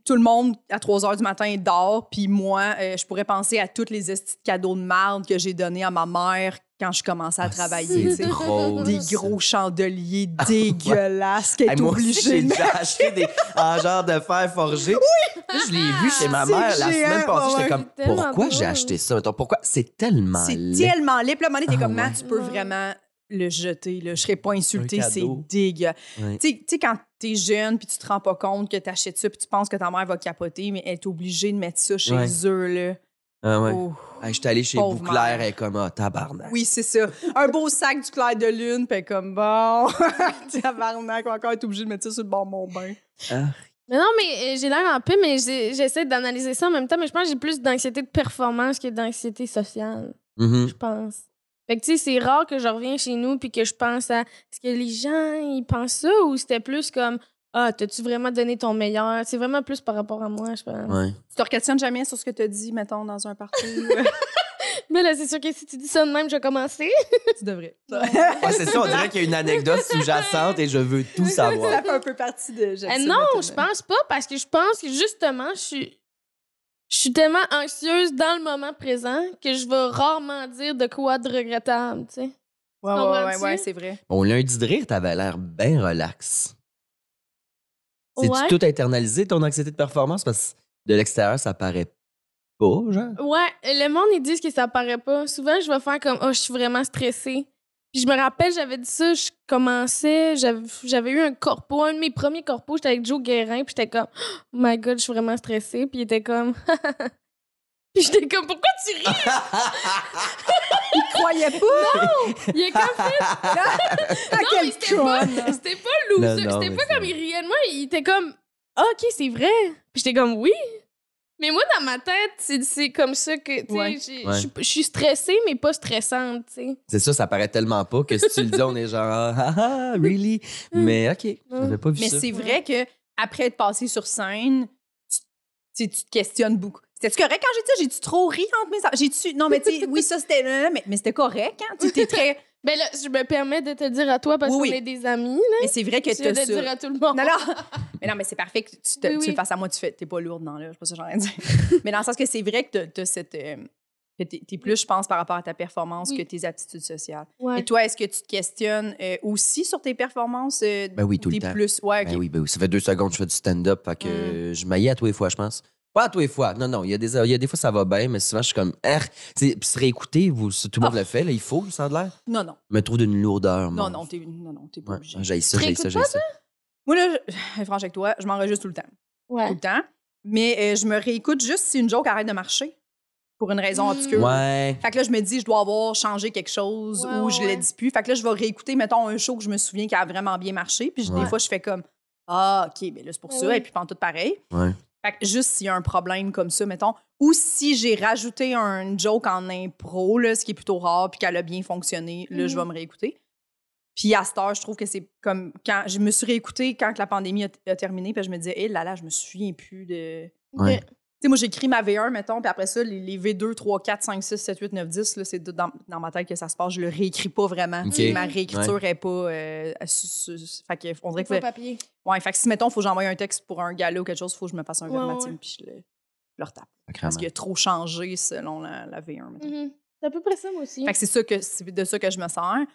tout le monde à 3 heures du matin dort, puis moi, euh, je pourrais penser à toutes les estis de cadeaux de marde que j'ai donnés à ma mère quand je commençais à Ah, travailler. tu C'est sais. drôle. Des ça. gros chandeliers dégueulasses qu'elle Hey, est moi aussi, obligée j'ai de mettre. déjà acheté des en genre de fer forgé. Là, Je l'ai vu chez ma C'est mère la géant, semaine passée. ouais, J'étais comme, c'est tellement pourquoi j'ai drôle. acheté ça? Mettons, pourquoi? C'est tellement C'est laid. tellement laid. Puis là, à un moment donné, t'es Ah, comme, Man, ouais. tu peux Ouais. vraiment le jeter. Là. Je serais pas insultée, Un c'est cadeau. dégueu. Ouais. Tu sais- tu sais, quand t'es jeune, puis tu te rends pas compte que t'achètes ça, puis tu penses que ta mère va capoter, mais elle est obligée de mettre ça chez Ouais. eux. Là. Ah ouais. Oh. Hey, J'étais allé chez Pauvre Bouclair mère. et comme, ah, tabarnak. Oui, c'est ça. Un beau sac du clair de lune, puis comme bon, tabarnak, encore être obligé de mettre ça sur le bord de mon bain. Mais non, mais euh, j'ai l'air en paix, mais j'ai- j'essaie d'analyser ça en même temps. Mais je pense que j'ai plus d'anxiété de performance que d'anxiété sociale, Mhm. je pense. Fait que, tu sais, c'est rare que je reviens chez nous puis que je pense à est-ce que les gens, ils pensent ça ou c'était plus comme ah, t'as-tu vraiment donné ton meilleur? C'est vraiment plus par rapport à moi, je pense. Ouais. Tu te questionnes jamais sur ce que tu as dit, mettons, dans un party. Mais là, c'est sûr que si tu dis ça de même, je vais commencer. tu devrais. Ah, c'est ça, on dirait qu'il y a une anecdote sous-jacente et je veux tout savoir. Ça fait un peu partie de. Euh, non, je pense pas parce que je pense que justement, je suis. Je suis tellement anxieuse dans le moment présent que je vais rarement dire de quoi de regrettable, tu sais. Ouais, Tu ouais, ouais, comprends-tu? ouais, c'est vrai. Bon, lundi de rire, t'avais l'air bien relax. C'est Ouais. tout internalisé ton anxiété de performance parce que de l'extérieur, ça paraît pas, genre. Ouais, le monde, ils disent que ça paraît pas. Souvent, je vais faire comme, oh, je suis vraiment stressée. Puis je me rappelle, j'avais dit ça, je commençais, j'avais j'avais eu un corpo, un de mes premiers corpos, j'étais avec Joe Guérin, puis j'étais comme, oh my god, je suis vraiment stressée. Puis il était comme, puis j'étais comme, pourquoi tu ris? Il croyait pas Il est comme, à non, mais quel c'était pas, con. c'était pas loser, Non, non, c'était mais pas c'est comme vrai. il riait de moi, il était comme, Ah, ok, c'est vrai. Puis j'étais comme, oui. Mais moi, dans ma tête, c'est c'est comme ça que, tu sais, Ouais. j'ai- Ouais. je suis- je suis stressée, mais pas stressante, tu sais. C'est ça, ça paraît tellement pas que si tu le dis, on est genre, ah, ah, really? Mais OK, j'avais pas vu Mm. Mais ça. c'est vrai que après être passé sur scène, tu, tu sais, tu te questionnes beaucoup. C'était-tu correct quand j'ai dit ça? J'ai-tu trop ri entre mes... J'ai-tu... Non, mais tu sais, oui, ça, c'était... non, non, Mais, mais c'était correct, hein? Tu étais très... Ben là, je me permets de te dire à toi parce Oui, qu'on oui. est des amis. Là. Mais c'est vrai que Tu viens t'as de ça. dire à tout le monde. Non, non. Mais non, mais c'est parfait que tu, te- Oui, tu oui. le fasses à moi, tu fais, t'es pas lourde, non, là, je sais pas ce que j'ai envie de dire. mais dans le sens que c'est vrai que t'as- t'as cette. euh, que t'es t'es plus, je pense, par rapport à ta performance Oui. que tes aptitudes sociales. Ouais. Et toi, est-ce que tu te questionnes euh, aussi sur tes performances? euh, Ben oui, tout le des temps. plus, ouais, Ben ok. Mm. oui, ben oui, ça fait deux secondes que je fais du stand-up, fait que je maillais à tous les fois, je pense. Pas à tous les fois. Non, non, il y, a des, il y a des fois, ça va bien, mais souvent, je suis comme, ah, tu sais, puis se réécouter, vous, tout le monde le fait, là, il faut, ça a l'air. Non, non, Je me trouve d'une lourdeur, Ah. non, moi. non, t'es non, non, t'es pas Ouais, obligé. j'ai ça, j'ai ça, Réécoutes j'ai ça. Moi, là, je- franche avec toi, je m'enregistre tout le temps. Tout Ouais. le temps. Mais euh, je me réécoute juste si une joke arrête de marcher pour une raison Mm. obscure. Ouais. Fait que là, je me dis, je dois avoir changé quelque chose Ouais, ou ouais, je ouais. l'ai dit plus. Fait que là, je vais réécouter, mettons, un show que je me souviens qui a vraiment bien marché. Puis je- Ouais. des fois, je fais comme, ah, OK, mais là, c'est pour Ouais, ça. ouais. Et puis, pendant tout pareil. Ouais. Fait que juste s'il y a un problème comme ça, mettons, ou si j'ai rajouté un joke en impro, là, ce qui est plutôt rare, puis qu'elle a bien fonctionné, là, je vais Mhm. me réécouter. Puis à cette heure, je trouve que c'est comme quand je me suis réécoutée quand que la pandémie a, a terminé, puis je me disais, hé là là, je me souviens plus de. Ouais. Tu sais, moi, j'écris ma V1, mettons, puis après ça, les, les V2, 3, 4, 5, 6, 7, 8, 9, 10, là, c'est dans, dans ma tête que ça se passe. Je le réécris pas vraiment. Ok. Ma réécriture est pas. euh, su- su- su- fait que, on dirait que. Pas papier. Ouais, fait que si, mettons, faut que j'envoie un texte pour un gala ou quelque chose, faut que je me fasse un Ouais, verbatim, ouais. puis je le, je le retape. Parce Sacrément. qu'il a trop changé selon la, la V1, mettons. Mhm. C'est à peu près ça, moi aussi. Fait que c'est ça que c'est de ça que je me sers.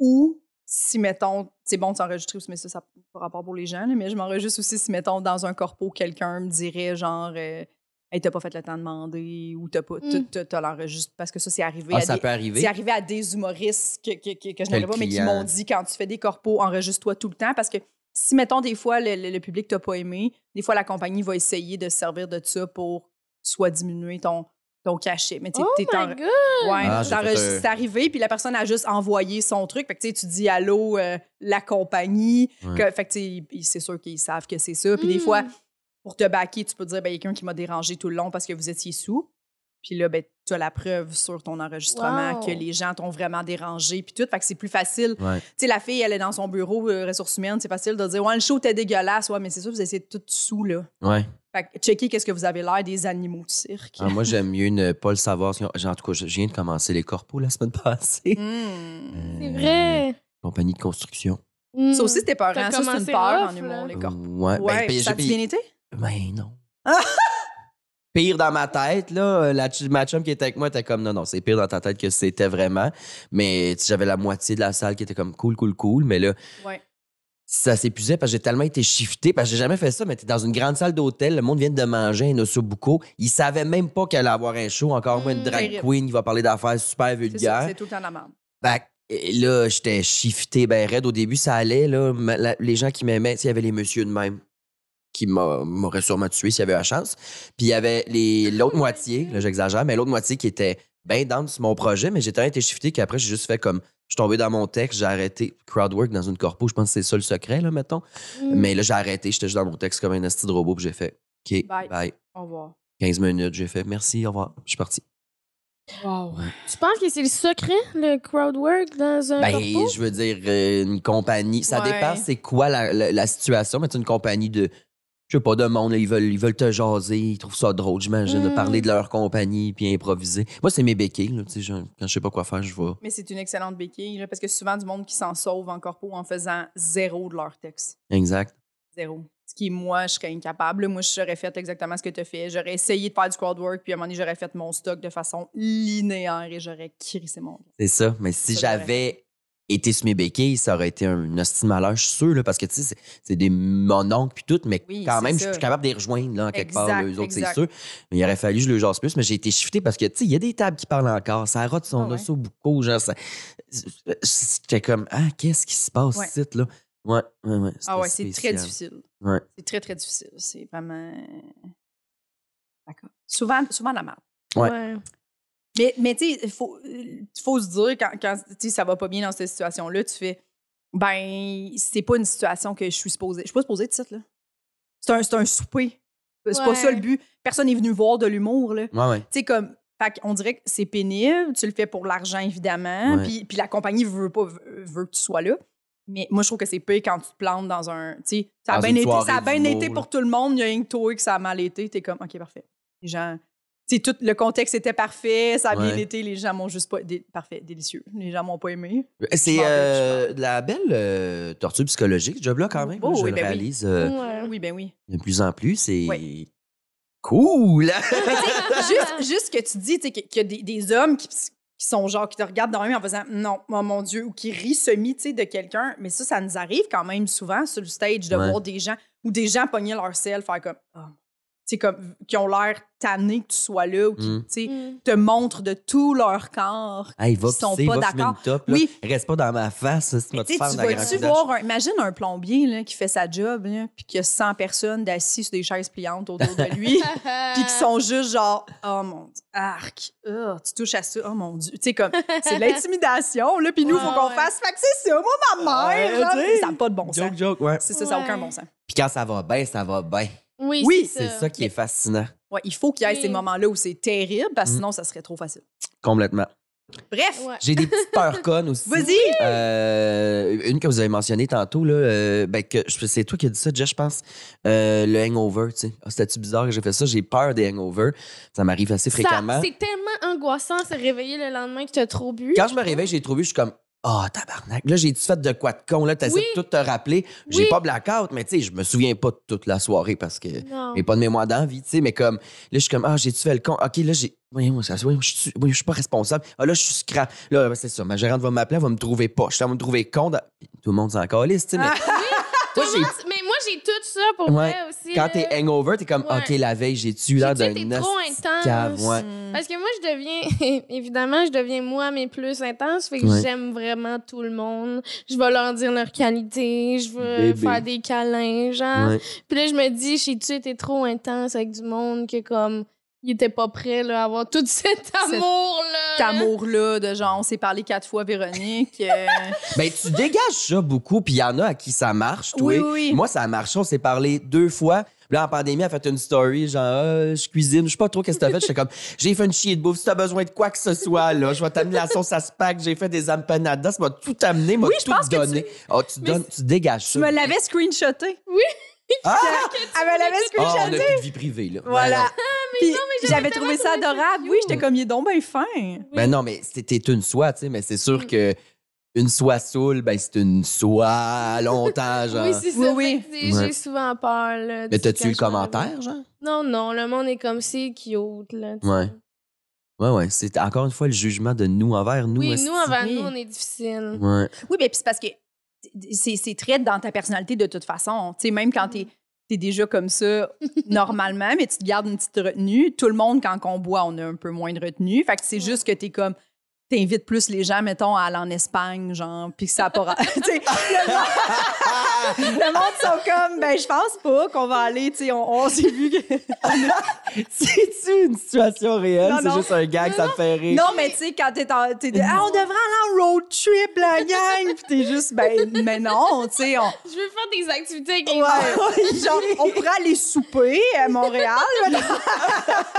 Ou si mettons, c'est bon de s'enregistrer aussi, mais ça, ça n'a pas rapport pour les gens, là, mais je m'enregistre aussi si mettons dans un corpo, quelqu'un me dirait genre euh, Hey, t'as pas fait le temps de demander ou t'as pas t'as- Mm. t'as- t'as l'enregistre parce que ça c'est arrivé Ah, à ça des, peut arriver. c'est arrivé à des humoristes que, que, que, que je Quel n'avais pas, mais qui client. m'ont dit quand tu fais des corpos, enregistre-toi tout le temps parce que si, mettons, des fois, le, le- le public t'a pas aimé, des fois, la compagnie va essayer de se servir de ça pour soit diminuer ton, ton cachet. Mais tu sais, Oh t'es en- my God! Ouais, Ah, j'ai t'enregistres- fait un- c'est arrivé, puis la personne a juste envoyé son truc. Fait que tu sais, tu dis allô, euh, la compagnie. Ouais. Que- fait que tu sais, ils- c'est sûr qu'ils savent que c'est ça. Puis des Mm. fois, pour te baquer, tu peux dire, ben, il y a quelqu'un qui m'a dérangé tout le long parce que vous étiez sous. Puis là, ben, tu as la preuve sur ton enregistrement Wow. que les gens t'ont vraiment dérangé, puis tout. Fait que c'est plus facile. Ouais. Tu sais, la fille, elle est dans son bureau, euh, ressources humaines, c'est facile de dire, ouais, le show était dégueulasse, ouais, mais c'est ça, vous essayez tout sous, là. Ouais. Fait que checker qu'est-ce que vous avez l'air des animaux de cirque. Ah, moi, j'aime mieux ne pas le savoir. sinon- j'ai- En tout cas, je je viens de commencer les corpos la semaine passée. Mm. C'est Euh, vrai. Compagnie de construction. Mhm. Ça aussi, c'était peurant. T'as Ça, c'est une commencé peur rough, en humour, là. les corps. Ouais. ben, Ouais, ben, ça a j'ai- bien été? Ben non. pire dans ma tête, là. euh, La, ch- ma chum qui était avec moi était comme, non, non, c'est pire dans ta tête que c'était vraiment. Mais tu sais, j'avais la moitié de la salle qui était comme cool, cool, cool. Mais là, Ouais. ça s'épuisait parce que j'ai tellement été shifté, parce que j'ai jamais fait ça, mais t'es dans une grande salle d'hôtel, le monde vient de manger un ossobuco. Ils savaient même pas qu'elle allait avoir un show, encore moins une Mm, drag Mmh, terrible. queen qui va parler d'affaires super C'est ça, vulgaires. c'est tout le temps la merde. Fait que, et là, j'étais shifté, ben raide. Au début, ça allait, là. Ma- la- les gens qui m'aimaient, tu sais, il y avait les messieurs de même qui m'a- m'auraient sûrement tué s'il y avait eu la chance. Puis il y avait les- l'autre moitié, là, j'exagère, mais l'autre moitié qui était bien down sur mon projet, mais j'ai tellement été shifté qu'après, j'ai juste fait comme. Je suis tombé dans mon texte, j'ai arrêté crowdwork dans une corpo. Je pense que c'est ça le secret, là, mettons. Mhm. Mais là, j'ai arrêté, j'étais juste dans mon texte comme un esti de robot, puis j'ai fait OK, Bye. bye. Au revoir. 15 minutes, j'ai fait merci, au revoir, je suis parti. Tu penses que c'est le secret, le crowd work dans un Ben, corpo? je veux dire, euh, une compagnie. Ça Ouais. dépend c'est quoi la, la- la situation, mais c'est une compagnie de. Je sais pas, de monde, là, ils veulent, ils veulent te jaser, ils trouvent ça drôle, j'imagine, de Mm. parler de leur compagnie puis improviser. Moi, c'est mes béquilles, là, tu sais, je- quand je sais pas quoi faire, je vais. Mais c'est une excellente béquille, là, parce que souvent, du monde qui s'en sauve en corpo en faisant zéro de leur texte. Exact. Zéro. Ce qui, moi, je serais incapable. Moi, j'aurais fait exactement ce que tu as fait. J'aurais essayé de faire du crowd work, puis à un moment donné, j'aurais fait mon stock de façon linéaire et j'aurais crissé mon C'est ça. Mais si Ça, j'aurais j'avais été sur mes béquilles, ça aurait été un hostie de malheur, je suis sûr, là, parce que, tu sais, c'est- c'est des mononcles puis tout, mais Oui, quand c'est même, je ça. suis plus capable de les rejoindre, là, en quelque part, Exact, les autres, c'est exact. sûr. Mais il aurait fallu que je le jase plus, mais j'ai été shifté parce que, tu sais, il y a des tables qui parlent encore, ça rote son Ah ouais. os au beaucoup, genre, ça. J'étais comme, ah, qu'est-ce qui se passe, Ouais. ici, là? Ouais, ouais, ouais. Ah ouais, c'était c'est très spécial. difficile. Ouais. C'est très, très difficile. C'est vraiment. euh, D'accord. Souvent, souvent de la merde. Ouais. Mais, mais tu sais, il faut, euh, faut se dire, quand, quand tu sais, ça va pas bien dans cette situation-là, tu fais ben, c'est pas une situation que je suis supposée. Je suis pas supposée de titre, là. C'est un, c'est un souper. C'est pas Ouais. ça le but. Personne n'est venu voir de l'humour, là. Ouais, ouais. Tu sais, comme. Fait on dirait que c'est pénible, tu le fais pour l'argent, évidemment, Ouais. puis, puis la compagnie veut pas veut, veut que tu sois là. Mais moi, je trouve que c'est pire quand tu te plantes dans un. Tu sais, ça a Dans bien une été, soirée ça a bien d'humour, été là. pour tout le monde, il y a rien que toi que ça a mal été. T'es comme, OK, parfait. Les gens. Tu sais, tout le contexte était parfait, ça a bien Ouais. été, les gens m'ont juste pas. dé- parfait, délicieux. Les gens m'ont pas aimé. C'est m'en rappelle, euh, je de la belle euh, torture psychologique, ce job-là, quand même. Oh, là, je oui, le ben oui. réalise euh, Ouais. Oui, ben oui. de plus en plus. C'est Oui. cool! juste, juste que tu dis tu sais, que- qu'il y a des, des hommes qui, qui sont genre, qui te regardent dans l'œil en faisant non, oh mon Dieu, ou qui rient semi tu sais, de quelqu'un. Mais ça, ça nous arrive quand même souvent sur le stage de Ouais. voir des gens ou des gens pogner leur sel, faire comme. Oh. Tu sais, comme qui ont l'air tannés que tu sois là ou qui Mm. tu sais, Mm. te montrent de tout leur corps. Hey, va Ils sont pisser, pas va fumer d'accord. une top, là. Oui. Reste pas dans ma face, si tu vas Mais te tu sais, faire tu de la vas-tu grande voir un- Imagine un plombier là, qui fait sa job, là, puis qu'il y a 100 personnes d'assises sur des chaises pliantes autour de lui. puis qui sont juste genre Euh, oh mon dieu arc ah, tu touches à ça oh mon dieu tu sais comme c'est de l'intimidation là puis nous Ouais, faut qu'on ouais. fasse fait que c'est ça moi ma mère Ah, Ouais, genre, tu sais. ça n'a pas de bon sens Joke, joke, ouais. c'est ça ça n'a aucun Ouais. bon sens Puis quand ça va bien, ça va bien. Oui, Oui, C'est ça qui est fascinant. ouais il faut qu'il y ait Oui. ces moments là où c'est terrible parce que Mm. sinon ça serait trop facile Complètement. bref Ouais. J'ai des petites peurs connes aussi. vas-y Euh, une que vous avez mentionnée tantôt, là, euh, ben que, je- c'est toi qui as dit ça, Jess, je pense. Euh, le hangover, tu sais. Ah, C'était-tu bizarre que j'ai fait ça? J'ai peur des hangovers. Ça m'arrive assez Ça- fréquemment. C'est tellement angoissant de se réveiller le lendemain que t'as trop bu. Quand je me réveille, j'ai trouvé, je suis comme. Ah, tabarnak. Là, j'ai-tu fait de quoi de con? Là, t'essaies Oui. de tout te rappeler. J'ai Oui. pas blackout, mais tu sais, je me souviens pas de toute la soirée parce que. Non. mais pas de mémoire d'envie, tu sais, mais comme, là, je suis comme, ah, j'ai-tu fait le con? OK, là, j'ai. Voyons, ça se voit, je suis oui, je suis pas responsable. Ah, là, je suis scrap. Là, ben, c'est ça, ma gérante va m'appeler, elle va me trouver pas. Je suis en train de me trouver con. dans- Tout le monde s'en calisse, tu sais, mais. Toi, j'ai- Moi, c'est- mais moi, j'ai tout ça pour Ouais. vrai aussi. Quand là. t'es hangover, t'es comme, Ouais. OK, la veille, j'ai-tu l'air d'un J'ai-tu été trop hostie de intense? cave, ouais. Mm. Parce que moi, je deviens, évidemment, je deviens moi, mais plus intense. Fait que Ouais. j'aime vraiment tout le monde. Je vais leur dire leur qualité. Je veux Bébé. faire des câlins, genre. Ouais. Puis là, je me dis, j'ai-tu été trop intense avec du monde que comme, il était pas prêt là, à avoir tout cet amour-là. cet amour là de genre on s'est parlé quatre fois Véronique euh, Ben, tu dégages ça beaucoup, puis il y en a à qui ça marche, toi. oui oui, oui. Moi, ça a marché. On s'est parlé deux fois. Puis Là, en pandémie, elle a fait une story, genre, Ah, je cuisine, je sais pas trop qu'est-ce que t'as fait. J'étais comme, j'ai fait une chier de bouffe. Si t'as besoin de quoi que ce soit, là, je vais t'amener la sauce à spack, j'ai fait des empanadas, ça m'a tout amené, m'a Oui, je tout pense que donné. Ah, tu, donnes, tu dégages tu ça. me l'avais screenshoté Ah! elle me l'avait Ah, on a screenshoté plus de vie privée, là. Voilà. Puis j'avais tellement trouvé ça trouvé ça adorable. cute. Oui, j'étais comme, il est donc bien fin. Ben non, mais c'était une soie, tu sais, mais c'est sûr que une soie saoule, ben c'est une soie longtemps, genre. Oui, c'est ça. Oui, Fait que, tu sais, Ouais. J'ai souvent peur. Là, mais du- t'as-tu quand eu le je me commentaire, réveille. genre? Non, non, le monde est comme c'est cute. Là, tu Ouais. sais. Ouais, ouais. C'est encore une fois le jugement de nous envers nous. Oui, aussi. nous, envers Oui. nous, on est difficile. Ouais. Oui, mais puis c'est parce que c'est c'est très dans ta personnalité de toute façon. Tu sais, même quand t'es es déjà comme ça normalement, mais tu te gardes une petite retenue. Tout le monde, quand on boit, on a un peu moins de retenue. Fait que c'est juste que t'es comme... T'invites plus les gens, mettons, à aller en Espagne, genre, puis que ça a pas... ra- tu sais, le monde sont comme, ben, je pense pas qu'on va aller, tu sais, on, on s'est vu que... C'est-tu une situation réelle? Non, C'est non. juste un gag, ça me fait rire. Non, mais tu sais, quand t'es en. t'es de- ah, on devrait aller en road trip, la gang! Puis t'es juste, ben, mais non, tu sais, on. Je veux faire des activités avec les gens. Ah Ouais, genre, on pourrait aller souper à Montréal. là.